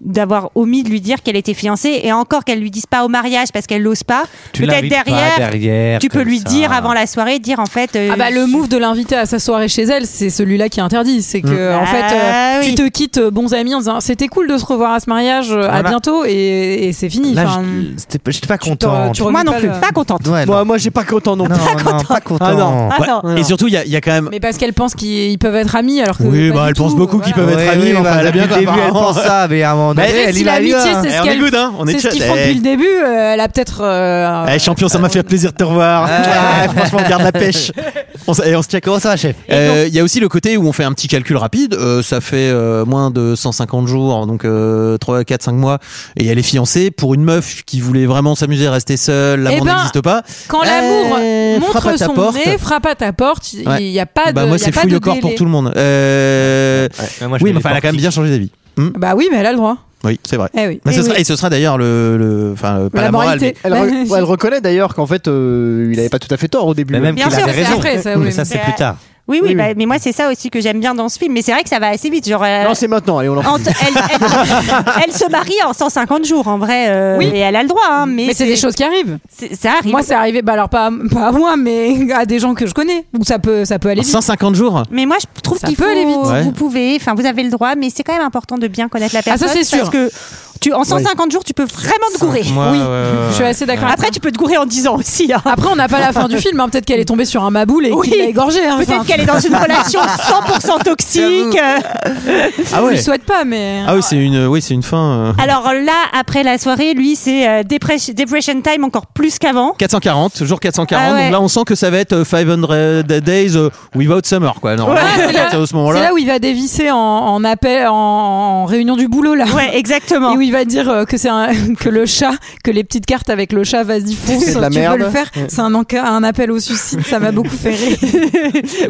A: d'avoir omis de lui dire qu'elle était fiancée et encore qu'elle lui dise pas au mariage parce qu'elle l'ose pas.
K: Tu
A: Peut-être
K: l'invites pas
A: derrière,
K: derrière,
A: tu peux
K: comme
A: lui
K: ça.
A: dire avant la soirée, dire en fait. euh,
J: Ah bah le move de l'inviter à sa soirée chez elle, c'est celui-là qui est interdit. C'est que
A: Mm.
J: en fait,
A: Ah
J: euh,
A: oui.
J: tu te quittes euh, bons amis en disant c'était cool de se revoir à ce mariage, euh, à
K: Voilà.
J: bientôt et, et c'est fini.
K: Là,
J: Enfin,
K: je- j'étais pas- j'étais pas
J: t'en-
K: content.
J: tu remets Moi non pas plus, le- pas
A: contente.
F: moi, moi, j'ai pas content non
K: Non,
F: plus.
K: non, pas content.
F: Ah non.
G: Ouais.
J: non,
G: Et
J: non.
G: surtout, il y, a- il y a quand même.
J: Mais parce qu'elle pense qu'ils ils peuvent être amis alors que.
G: Oui,
J: pas
G: bah,
J: du
G: elle pense
J: tout, euh,
G: beaucoup qu'ils peuvent
K: Ouais,
G: être amis.
K: oui,
G: mais enfin,
K: bah,
G: elle a
K: depuis
G: bien
K: le début, elle
G: apparemment.
K: pense ça, mais à un moment en
G: Mais
K: anglais,
G: elle
K: elle y
G: si
K: va, elle y
G: l'amitié,
K: va.
G: c'est ce Eh, on est qu'elle- good, hein, on est
J: C'est ce
G: chat,
J: qu'ils font
G: eh.
J: depuis le début. euh, elle a peut-être. euh,
G: Eh, champion, ça m'a fait plaisir de te revoir. Ah, franchement, on garde la pêche. On s- et on se check. Comment ça va, chef Il y a aussi le côté où on fait un petit calcul rapide. euh, ça fait euh, moins de 150 jours, donc euh, 3, 4, 5 mois. Et elle est fiancée pour une meuf qui voulait vraiment s'amuser, rester seule.
J: Eh
G: L'amour
J: ben,
G: n'existe pas. Eh,
J: Quand l'amour
G: frappe
J: montre
G: à ta
J: son
G: porte.
J: nez, frappe à ta porte, il
G: Ouais.
J: n'y a pas de.
G: Bah, moi,
J: il y a
G: c'est
J: pas
G: fouille
J: de
G: au corps pour
J: délai.
G: tout le monde. Euh,
K: je mets
G: oui, mais enfin,
K: les
G: elle a quand même bien changé d'avis. Hmm
J: Bah oui, mais elle a le droit.
G: Oui, c'est vrai.
J: Eh oui.
G: Mais Bah, ce
J: Eh
G: sera-
J: oui.
G: Et ce sera d'ailleurs le, le- enfin, le- pas la, morale. mais-
F: Elle, re- ouais, elle reconnaît d'ailleurs qu'en fait, euh, il avait pas tout à fait tort au début.
K: Mais même Bien qu'il sûr, avait c'est raison. après, ça, oui. Mais ça, c'est plus tard.
A: Oui, oui,
F: Oui,
A: bah,
F: oui.
A: mais moi c'est ça aussi que j'aime bien dans ce film. Mais c'est vrai que ça va assez vite. Genre, euh,
F: Non, c'est maintenant. Allez, on en
A: Ant- elle, elle- elle se marie en 150 jours en vrai. euh, Et elle a le droit. hein, mais
J: Mais c'est des choses qui arrivent.
A: Ça arrive.
J: Moi, c'est arrivé, bah alors pas, pas à moi, mais à des gens que je connais. Où ça peut, ça peut aller
G: En
J: vite.
G: 150 jours
A: Mais moi, je trouve
J: Ça
A: qu'il
J: peut
A: faut.
J: aller vite.
G: Ouais.
A: Vous pouvez, enfin, vous avez le droit, mais c'est quand même important de bien connaître la
J: Ah, ça,
A: personne.
J: c'est sûr.
A: Parce que tu, en 150 jours, tu peux vraiment te gourer.
G: mois, Oui. ouais, ouais, Je suis ouais. assez d'accord avec
A: Après, tu peux te gourer en 10 ans aussi. hein.
J: Après, on n'a pas la fin du film. hein. Peut-être qu'elle est tombée sur un maboule et
A: Oui.
J: qu'il l'a égorgée. hein.
A: Peut-être
J: Enfin,
A: qu'elle est dans une relation 100% toxique.
G: Ah
J: Je
G: ouais.
J: lui souhaite pas, mais.
G: Ah oui, c'est une, oui, c'est une fin. euh,
A: Alors là, après la soirée, lui, c'est euh, depression, depression time encore plus qu'avant.
G: 440, jour 440.
A: Ah ouais.
G: Donc là, on sent que ça va être euh, 500 Days euh, Without Summer, quoi. Normalement,
J: Ouais,
G: à
J: Ah, c'est là-
G: partir de ce moment-là.
J: C'est là où il va dévisser en, en appel, en, en réunion du boulot là.
A: Ouais, exactement.
J: Et où il va dire euh, que c'est un- que le chat, que les petites cartes avec le chat, vas-y fonce,
A: C'est de
J: tu
A: la merde.
J: peux le faire. C'est un, enca- un appel au suicide, ça m'a beaucoup fait rire.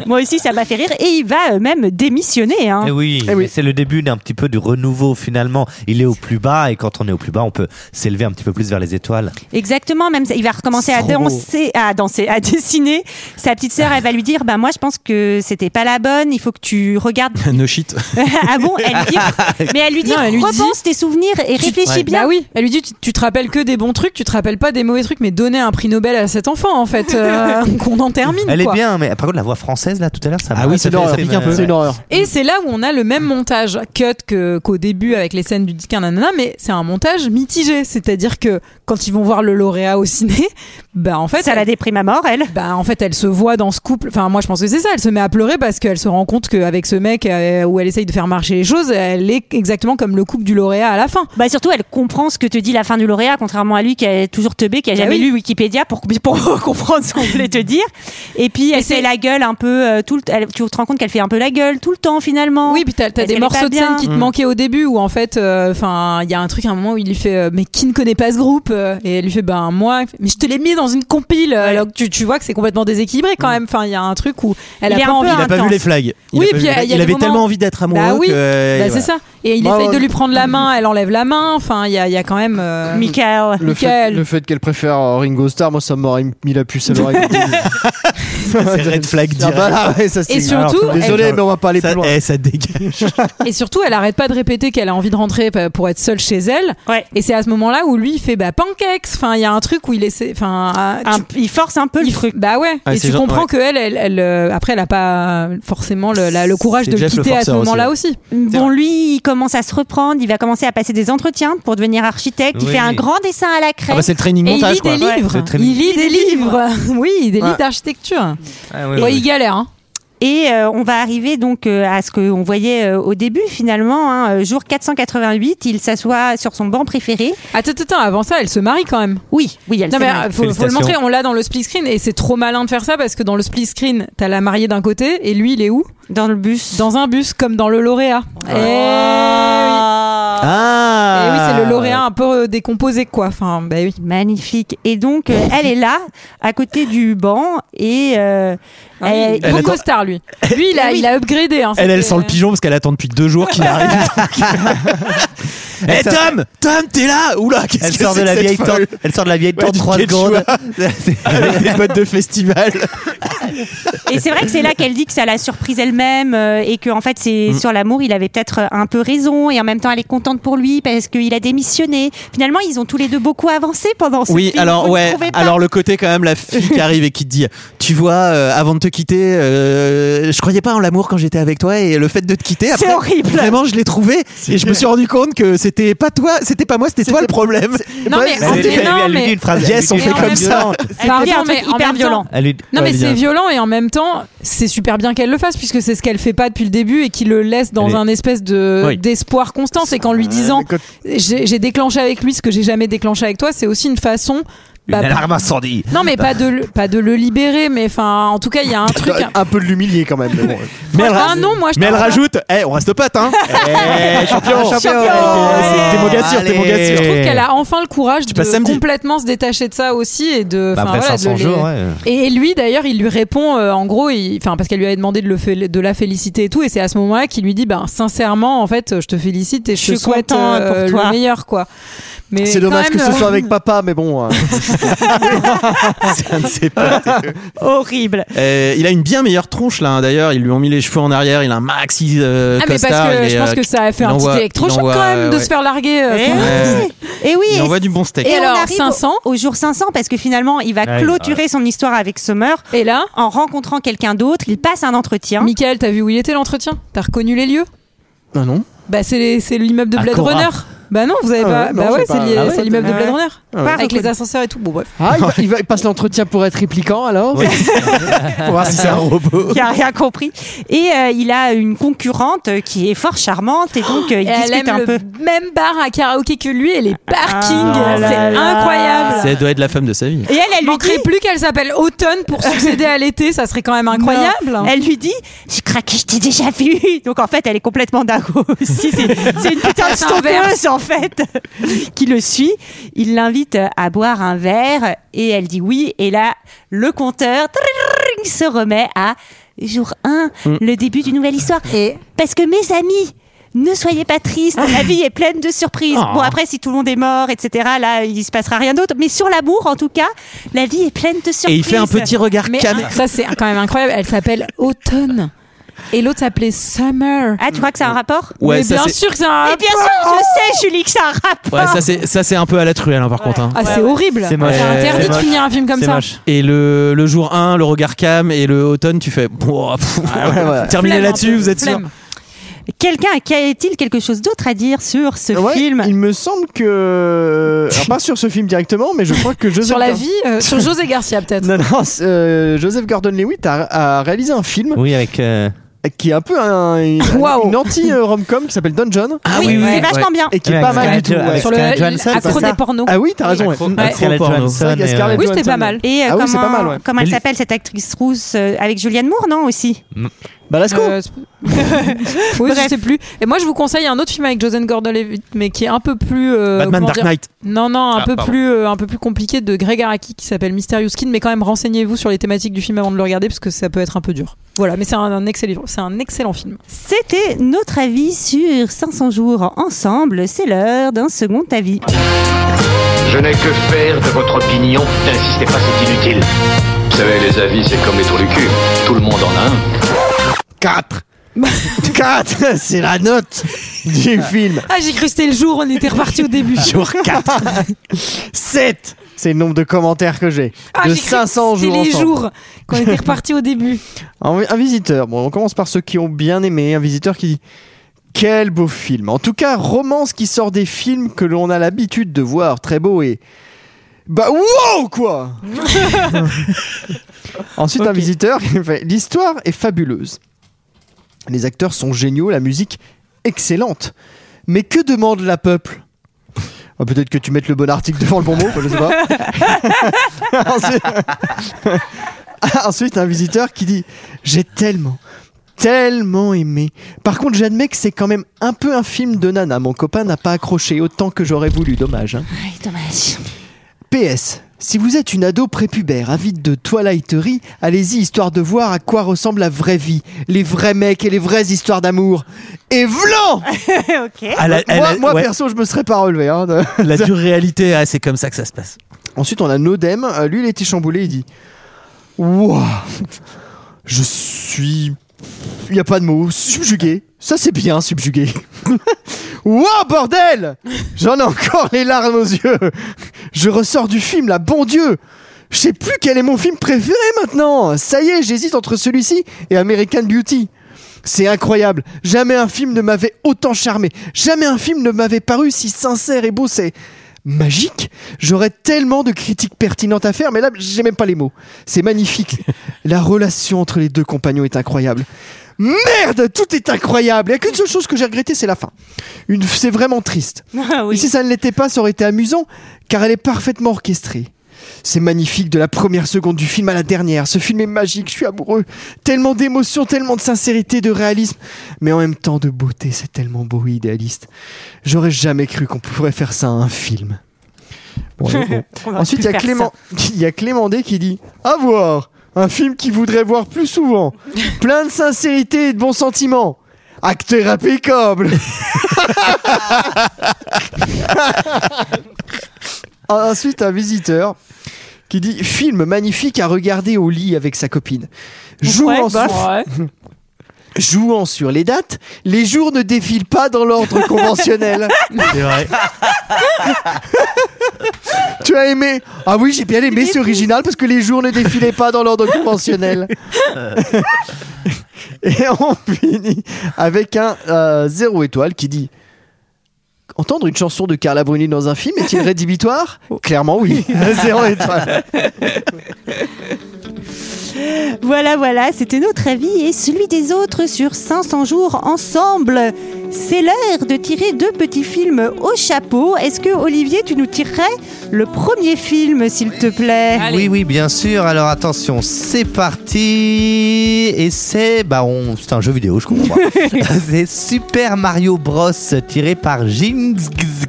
A: Moi aussi, ça m'a fait rire. Et il va euh, même démissionner. hein.
K: Eh oui, mais c'est le début d'un petit peu du renouveau finalement. Il est au plus bas et quand on est au plus bas, on peut s'élever un petit peu plus vers les étoiles.
A: Exactement, même ça- il va recommencer à
K: C'est trop
A: danser, à danser, à dessiner. Sa petite sœur, elle va lui dire, bah moi je pense que c'était pas la bonne. Il faut que tu regardes.
G: no shit.
A: ah bon Elle lui dit- mais elle lui dit,
J: Non, elle lui dit-
A: repense tes souvenirs et
J: Tu-
A: réfléchis
J: Ouais.
A: bien.
J: Bah oui, elle lui dit tu, tu te rappelles que des bons trucs, tu te rappelles pas des mauvais trucs, mais donner un prix Nobel à cet enfant en fait, euh, qu'on en termine.
K: Elle
J: quoi.
K: est bien, mais par contre la voix française là tout à l'heure, ça
G: Ah
K: m'a-
G: oui,
K: ça
G: c'est
K: fait-
G: une horreur,
K: ça
G: pique
K: m'a-
G: un peu.
K: ouais.
G: C'est une horreur.
J: Et c'est là où on a le même montage cut que- qu'au début avec les scènes du Dikin nanana, mais c'est un montage mitigé, c'est-à-dire que quand ils vont voir le lauréat au ciné, bah en fait
A: Ça la déprime à mort elle.
J: Bah en fait elle se voit dans ce couple, enfin moi je pense que c'est ça, elle se met à pleurer parce qu'elle se rend compte qu'avec ce mec euh, où elle essaye de faire marcher les choses, elle est exactement comme le couple du lauréat à la fin.
A: Bah surtout, elle comprend ce que te dit la fin du lauréat, contrairement à lui qui est toujours teubé, qui a
J: Bah
A: jamais
J: oui.
A: lu Wikipédia pour, pour comprendre ce qu'on voulait te dire. Et puis, elle fait la gueule un peu euh, tout le t- elle- Tu te rends compte qu'elle fait un peu la gueule tout le temps finalement.
J: Oui, puis t'as t'as
A: Parce
J: des
A: qu'elle est pas
J: morceaux de
A: bien.
J: scène
G: Mm.
J: qui te manquaient au début où en fait, euh, enfin, il y a un truc à un moment où il lui fait euh, mais qui ne connaît pas ce groupe Euh, et elle lui fait ben moi, mais je te l'ai mis dans une compile. Alors que tu, tu vois que c'est complètement déséquilibré
A: Mm.
J: quand même. Enfin, il y a un truc où elle
G: Il
J: a
G: est
J: pas
G: un peu
J: envie.
G: Il a pas intense. vu les flags. Il
J: oui,
G: a pas
J: puis
G: vu les
J: il y a-
G: flags.
J: il y a
G: Il
J: des
G: avait
J: moments-
G: tellement envie d'être amoureux
J: Bah oui.
G: que, euh,
J: Bah,
G: et
J: c'est
G: voilà.
J: ça. Et il
G: Bah,
J: essaye
G: ouais.
J: de lui prendre la main, elle enlève la main. Enfin, il y a, il y a quand même. euh,
A: Michael.
F: Le fait, le fait qu'elle préfère euh, Ringo Starr, moi ça m'aurait mis la puce à l'oreille.
G: C'est red flag
F: Ah
G: direct.
F: bah là, ouais, ça, c'est-
J: Et surtout,
F: Alors, désolé,
J: elle-
F: mais on va pas aller plus loin.
G: Eh, ça dégage.
J: Et surtout, elle arrête pas de répéter qu'elle a envie de rentrer pa- pour être seule chez elle. Et c'est à ce moment-là où lui il fait bah pancakes. Enfin, il y a un truc où il essaie. Enfin, ah, tu-
A: il force un peu
J: le truc. Bah ouais.
G: Ah,
J: et
G: c'est
J: tu
G: genre-
J: comprends
G: ouais.
J: que elle, elle, elle, euh, après, elle a pas forcément le, la- le courage
G: C'est
J: de le
G: Jeff le
J: quitter à ce
G: forceur
J: moment-là
G: aussi,
J: aussi.
A: Bon, lui, il commence à se reprendre, il va commencer à passer des entretiens pour devenir architecte, il
G: Oui.
A: fait un grand dessin à la craie.
G: Ah bah, c'est le training
J: Et
G: montage,
J: il lit des
G: quoi.
J: livres.
G: Ouais, le training-
J: il lit des livres. oui, il lit des
A: Ouais.
J: livres d'architecture.
K: Ah
J: Ouais, il galère. hein.
A: Et euh, on va arriver donc euh, à ce qu'on voyait euh, au début finalement, hein, euh, jour 488, il s'assoit sur son banc préféré.
J: Attends, attends, attends, avant ça, elle se marie quand même.
A: Oui, oui, elle
J: Non
A: se
J: mais
A: marie.
J: euh, faut, faut le
A: Félicitations.
J: montrer, on l'a dans le split screen et c'est trop malin de faire ça parce que dans le split screen, t'as la mariée d'un côté et lui il est où
A: Dans le bus.
J: Dans un bus comme dans le lauréat. Eh oui.
G: Ah
J: Eh oui, c'est le lauréat un peu euh, décomposé quoi. Enfin, bah oui.
A: Magnifique. Et donc euh, elle est là, à côté du banc, et euh,
J: Ah
A: elle- Eh
J: Beau costard lui. Lui il a, il a upgradé. hein,
G: Elle, elle
J: c'était-
G: sent le pigeon parce qu'elle attend depuis deux jours qu'il arrive. Eh
K: Elle sort-
G: Tom Tom, t'es là Oula, qu'est-ce
K: Elle
G: que
K: sort de
G: c'est
K: la
G: cette
K: vieille
G: folle
K: tente- elle sort de la vieille
G: Ouais,
K: tente
G: du
K: 3
G: Quechua.
K: secondes.
G: Avec des potes de festival.
A: Et c'est vrai que c'est là qu'elle dit que ça l'a surprise elle-même euh, et que en fait c'est
G: Mm.
A: sur l'amour il avait peut-être euh, un peu raison et en même temps elle est contente pour lui parce qu'il a démissionné. Finalement ils ont tous les deux beaucoup avancé pendant ce
G: Oui,
A: film,
G: alors
A: vous ne
G: ouais,
A: trouvez pas
G: alors le côté quand même la fille qui arrive et qui te dit, tu vois, euh, avant de te quitter, euh, je croyais pas en l'amour quand j'étais avec toi et le fait de te quitter,
A: C'est
G: après,
A: horrible.
G: Vraiment, je l'ai trouvé et je me suis rendu compte que c'était pas toi, c'était pas moi, c'était toi le problème.
J: Non,
G: Eh,
J: mais- Elle- mais elle- non, elle lui mais- dit une phrase- elle
G: Yes,
J: lui
G: on
J: dit
G: fait
J: une
G: comme
J: phrase
G: ça.
J: violente. C'est- Pardon, mais en même temps-
K: Elle lui-
J: Non
K: Ouais,
J: mais
K: bien.
J: c'est violent violent et en même temps, c'est super bien qu'elle le fasse puisque c'est ce qu'elle fait pas depuis le début et qui le laisse dans
A: Elle est-
J: un espèce de
A: Oui.
J: d'espoir constant. C'est qu'en lui disant j'ai j'ai déclenché avec lui ce que j'ai jamais déclenché avec toi, c'est aussi une façon. bah, pas-
K: incendie.
J: Non mais pas de le, pas de le libérer, mais enfin en tout cas il y a un truc.
F: Un peu de l'humilier quand même. Mais, bon.
G: Mais elle,
J: Ah
G: ra-
J: non, moi, je
G: mais elle
J: t'en-
G: rajoute, Eh, on reste potes, hein Eh, champion,
J: Champion.
G: Eh, T'es mon gars sûr,
J: Allez.
G: t'es mon gars sûr.
J: Je trouve qu'elle a enfin le courage
G: passes
J: de
G: samedi.
J: complètement se détacher de ça aussi et de.
G: Bah
J: enfin,
G: après
J: voilà, de
G: 500
J: les-
G: jours, ouais.
J: Et et lui d'ailleurs, il lui répond euh, en gros, il- enfin parce qu'elle lui avait demandé de, le fé- de la féliciter et tout, et c'est à ce moment-là qu'il lui dit, ben sincèrement, en fait, je te félicite et je,
A: Je suis
J: te souhaite
A: content
J: euh,
A: pour toi.
J: le meilleur quoi. Mais
F: C'est
J: quand
F: dommage
J: même,
F: que ce
J: euh,
F: soit avec papa, mais bon. euh,
A: Horrible.
G: Euh, il a une bien meilleure tronche là hein, d'ailleurs, ils lui ont mis les cheveux en arrière, il a un maxi euh,
J: Ah mais parce
G: costard,
J: que
G: il
J: je
G: est,
J: pense
G: euh,
J: que ça a fait
G: il
J: un
G: envoie-
J: petit électrochoc
G: il envoie,
J: quand même de
G: ouais.
J: se faire larguer. euh,
A: Eh
J: enfin.
G: Ouais.
A: Et oui,
G: Il
A: et-
G: envoie du bon steak.
A: Et,
J: alors,
A: on arrive
J: 500
A: au, au jour 500 parce que finalement, il va
G: Ah oui.
A: clôturer son histoire avec Summer.
J: Et là,
A: en rencontrant quelqu'un d'autre, il passe un entretien.
J: Michael, t'as vu où il était l'entretien T'as reconnu les lieux
F: Ah non
J: Bah c'est les- c'est l'immeuble de
F: À
J: Blade
F: Cora.
J: Runner. Bah non, vous avez
F: Ah
J: pas.
F: ouais, non,
J: bah
F: j'ai
J: ouais,
F: pas-
J: c'est lié-
F: Ah ouais.
J: c'est l'immeuble de
F: Ah
J: Blade
F: ouais.
J: Runner.
F: Ah ouais.
J: Avec les ascenseurs et tout. Bon bref.
F: Ah, il, va- il va- il passe l'entretien pour être répliquant alors Pour voir si c'est un robot.
A: qui a rien compris. Et euh, il a une concurrente qui est fort charmante et donc euh, il
J: Et elle
A: discute
J: aime
A: un
J: le
A: peu.
J: même bar à karaoké que lui et les parkings.
G: Ah,
J: c'est
G: là, là.
J: incroyable.
G: Ça doit être la femme de sa vie.
A: Et elle, elle lui
J: Manquerait plus qu'elle s'appelle Automne pour succéder à l'été, ça serait quand même incroyable.
A: Non. Elle lui dit J'ai craqué, je t'ai déjà vu. Donc en fait, elle est complètement dingo aussi. C'est c'est une putain de
J: C'est inverse.
A: stalkeuse en fait qui le suit. Il l'invite à boire un verre et elle dit oui. Et là, le compteur tring, se remet à jour 1,
G: Mm.
A: le début d'une nouvelle histoire. Parce que mes amis, ne soyez pas
J: Ah.
A: tristes, la vie est pleine de surprises.
G: Oh.
A: Bon, après, si tout le monde est mort, etc., là, il se passera rien d'autre. Mais sur l'amour, en tout cas, la vie est pleine de surprises.
G: Et il fait un petit regard
J: Mais ah,
G: cam-
J: ça c'est quand même incroyable. Elle s'appelle Automne. Et l'autre s'appelait Summer.
A: Ah, tu crois que c'est un rapport
G: Ouais,
J: Mais
G: ça,
J: bien
G: c'est-
J: sûr que c'est un
A: Mais bien sûr, je sais, Julie, que c'est un rapport.
G: Ouais, ça c'est ça c'est un peu à la truelle hein, par contre. hein.
J: Ah, c'est horrible.
G: C'est moche.
J: interdit
G: C'est
J: de
G: moche.
J: finir un film comme ça.
G: Et le, le jour 1, le regard cam et le automne, tu fais Boah, pff,
F: Ah,
G: terminez
A: Flemme un
G: là-dessus,
J: hein,
A: peu,
G: vous êtes sûr.
A: flemme. Quelqu'un a-t-il quelque chose d'autre à dire sur ce
F: Ouais,
A: film
F: Il me semble que. Alors, pas sur ce film directement, mais je crois que Joseph.
J: Sur la
F: Gar-
J: vie, euh, sur José Garcia peut-être.
F: Non, Ah, non, c'est, euh, Joseph Gordon-Lewitt a, a réalisé un film.
K: Oui, avec. euh,
F: Qui est un peu un, une, une anti-rom-com qui s'appelle Dungeon.
A: Ah oui, oui, oui. c'est vachement bien.
F: Et qui est
K: Avec
F: pas mal du
K: Scarlett
F: tout.
K: Jo-
F: ouais.
K: avec Sur le-
J: Euh,
K: Scarlett Johansson,
J: accro
K: c'est
J: des
K: ça
J: pornos.
F: Ah oui, t'as raison. ouais.
K: Accro- Avec Scarlett
F: Accro-
K: Johansson
F: Avec
K: et,
F: Scarlett
K: euh, Oui,
J: c'était
F: Johansson.
J: pas mal.
A: Et euh,
F: Ah oui, c'est
A: comment,
F: pas mal, ouais.
A: comment elle
F: Et-
A: s'appelle cette actrice rousse euh, avec Julianne Moore, non aussi
F: Balasco
J: Euh, c'est- oui, je sais plus. Et moi, je vous conseille un autre film avec Joseph Gordon-Levitt, mais qui est un peu plus euh,
G: Batman
J: comment
G: Dark
J: dire-
G: Knight.
J: Non, non, un
G: Ah,
J: peu
G: pardon.
J: plus, euh, un peu plus compliqué de Greg Araki qui s'appelle Mysterious Kid, mais quand même renseignez-vous sur les thématiques du film avant de le regarder parce que ça peut être un peu dur. Voilà, mais c'est un, un excellent, c'est un excellent film.
A: C'était notre avis sur 500 jours ensemble. C'est l'heure d'un second avis.
B: Je n'ai que faire de votre opinion. N'insistez pas, c'est inutile.
E: Vous savez, les avis, c'est comme les trous du cul. Tout le monde en a un.
F: 4 4 C'est la note du film.
J: Ah, j'ai cru que c'était le jour, on était reparti au début.
F: Jour 4 7 C'est le nombre de commentaires que j'ai.
J: Ah,
F: de 500 jours.
J: C'était les
F: ensemble.
J: jours qu'on était reparti au début.
F: Un, un visiteur. Bon, on commence par ceux qui ont bien aimé. Un visiteur qui dit Quel beau film. En tout cas, romance qui sort des films que l'on a l'habitude de voir. Très beau et. Bah, wow, quoi Ensuite, un visiteur qui fait L'histoire est fabuleuse. Les acteurs sont géniaux, la musique excellente. Mais que demande la peuple Oh, Peut-être que tu mettes le bon article devant le bon mot, je sais pas. Ensuite- Ensuite, un visiteur qui dit J'ai tellement, tellement aimé. Par contre, j'admets que c'est quand même un peu un film de nana. Mon copain n'a pas accroché autant que j'aurais voulu. Dommage. hein.
A: Dommage.
F: PS. Si vous êtes une ado prépubère avide de Twiliterie, allez-y histoire de voir à quoi ressemble la vraie vie, les vrais mecs et les vraies histoires d'amour. Et vlan
A: ok.
G: À Ah, la- à
F: Hein Moi,
G: la-
F: moi,
G: ouais.
F: perso, je me serais pas relevé. hein, de-
G: La dure réalité, ah, c'est comme ça que ça se passe.
F: Ensuite, on a Nodem. Euh, lui, il était chamboulé. Il dit Waouh Je suis. Il n'y a pas de mot. Subjugué. Ça, c'est bien, subjugué. Waouh, bordel J'en ai encore les larmes aux yeux. Je ressors du film, là, bon Dieu Je sais plus quel est mon film préféré maintenant. Ça y est, j'hésite entre celui-ci et American Beauty. C'est incroyable. Jamais un film ne m'avait autant charmé. Jamais un film ne m'avait paru si sincère et beau. C'est magique. J'aurais tellement de critiques pertinentes à faire, mais là, j'ai même pas les mots. C'est magnifique. La relation entre les deux compagnons est incroyable. Merde, tout est incroyable. Il n'y a qu'une seule chose que j'ai regrettée, c'est la fin. Une, c'est vraiment triste.
J: Ah
F: Et si ça ne l'était pas, ça aurait été amusant, car elle est parfaitement orchestrée. C'est magnifique de la première seconde du film à la dernière. Ce film est magique, je suis amoureux. Tellement d'émotion, tellement de sincérité, de réalisme, mais en même temps de beauté. C'est tellement beau et idéaliste. J'aurais jamais cru qu'on pourrait faire ça à un film. Bon, et bon.
O: On aurait
F: Ensuite,
O: pu
F: il y a
O: faire
F: Clément, il y a Clément D qui dit À voir Un film qu'il voudrait voir plus souvent. Plein de sincérité et de bons sentiments. Acteur impeccable Ensuite, un visiteur qui dit Film magnifique à regarder au lit avec sa copine.
J: bah,
F: Jouant,
O: Ouais, bof.
F: sur... Jouant sur les dates, les jours ne défilent pas dans l'ordre conventionnel.
O: C'est vrai.
F: tu as aimé Ah oui, j'ai bien aimé, c'est original parce que les jours ne défilaient pas dans l'ordre conventionnel. Et on finit avec un euh, zéro étoile qui dit Entendre une chanson de Carla Bruni dans un film est-il rédhibitoire
O: Oh.
F: Clairement oui. zéro étoile.
A: Voilà, voilà, c'était notre avis et celui des autres sur 500 jours ensemble. C'est l'heure de tirer deux petits films au chapeau. Est-ce que Olivier, tu nous tirerais le premier film, s'il te plaît
K: Oui, oui, bien sûr. Alors attention, c'est parti. Et c'est. Bah, on... c'est un jeu vidéo, je comprends. c'est Super Mario Bros. tiré par Jim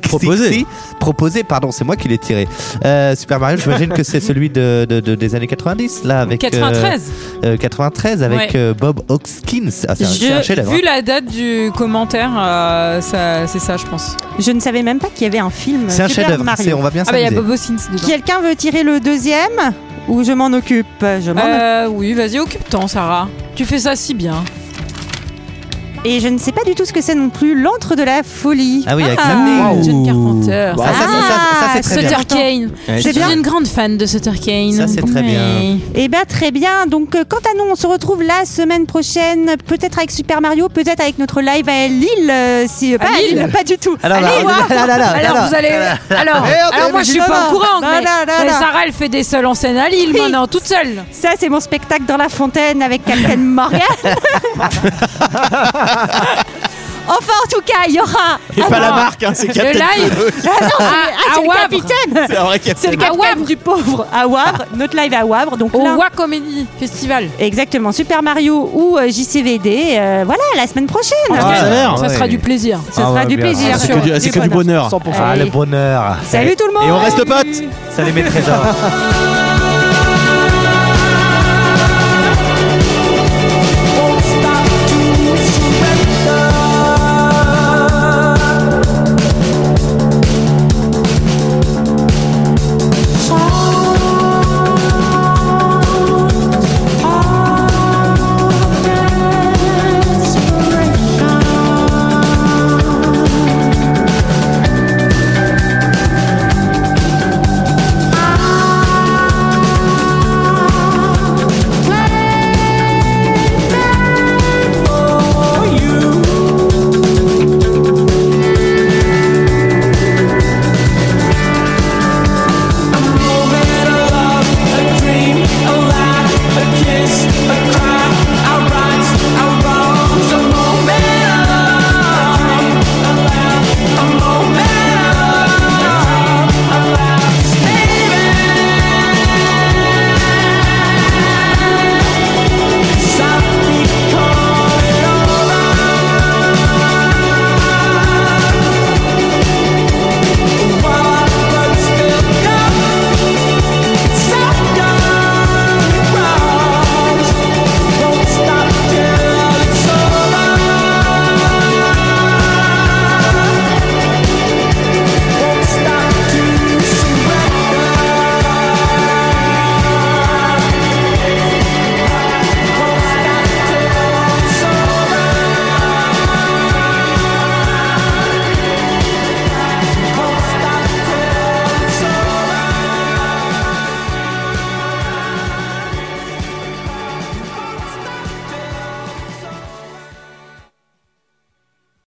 K: Proposé. Proposé, pardon, c'est moi qui l'ai tiré. Euh, Super Mario, j'imagine que c'est celui de, de- de- des années 90, là, avec. euh,
J: 93.
K: euh, 93, avec
J: Ouais.
K: euh, Bob Hoskins. Ah, c'est un- c'est un
J: Je-
K: chef-d'œuvre,
J: vu
K: hein.
J: la date du commentaire, euh, ça- c'est ça, je pense.
A: Je ne savais même pas qu'il y avait un film.
K: C'est un
A: Super
K: chef-d'œuvre,
A: Mario.
K: c'est- on va bien Ah bah, il y a s'amuser. Bobo
A: Quelqu'un veut tirer le deuxième ou je m'en occupe Je m'en
J: Euh, oui, vas-y, occupe-t'en, Sarah. Tu fais ça si bien.
A: Et je ne sais pas du tout ce que c'est non plus l'antre de la folie.
K: Ah oui, avec
A: Ah,
K: Sam Neill.
J: Carpenter.
K: Ah, ça, ça, ça, ça, c'est très bien.
J: Sutter Kane.
K: Ouais,
J: Je
K: c'est
J: suis
K: bien.
J: une grande fan de Sutter Kane.
K: Ça, c'est très bien.
A: Eh bien, très bien. Donc, euh, quant à nous, on se retrouve la semaine prochaine, peut-être avec Super Mario, peut-être avec notre live à Lille. euh, si, pas à
J: Lille
A: Lille, pas du tout.
K: Ah
J: Alors,
A: Allez
J: alors,
A: voir.
J: là, là, là, Alors, là, vous là, allez- là,
A: Eh,
J: là, là. alors, alors, moi, je suis pas au courant, mais- mais Sarah, elle fait des seuls en scène à Lille, maintenant, toute seule.
A: Ça, c'est mon spectacle dans la fontaine avec Captain Morgan. enfin, en tout cas, il y aura.
O: Et
A: Ah
O: pas
A: non.
O: la marque, hein, c'est
A: Le
O: Captain
A: live.
O: Morgan.
A: Ah non, c'est- ah,
O: À-
A: c'est
O: à
A: le
O: Wavre.
A: capitaine.
O: C'est un vrai capitaine.
A: C'est le capitaine du pauvre. À Wavre, notre live à Wavre. Donc Au Wavre
J: Comedy Festival.
A: Exactement, Super Mario ou euh, JCVD. euh, voilà, la semaine prochaine.
K: Ah, ça a l'air. Ça sera du
J: plaisir.
A: Ça
K: Ah
A: sera
K: ouais,
A: du
K: bien.
A: plaisir.
K: Ah, c'est que du- c'est que du bonheur.
F: 100%.
K: Ah, le bonheur.
A: Salut tout le monde.
K: Et on reste potes. Ça les met trésors.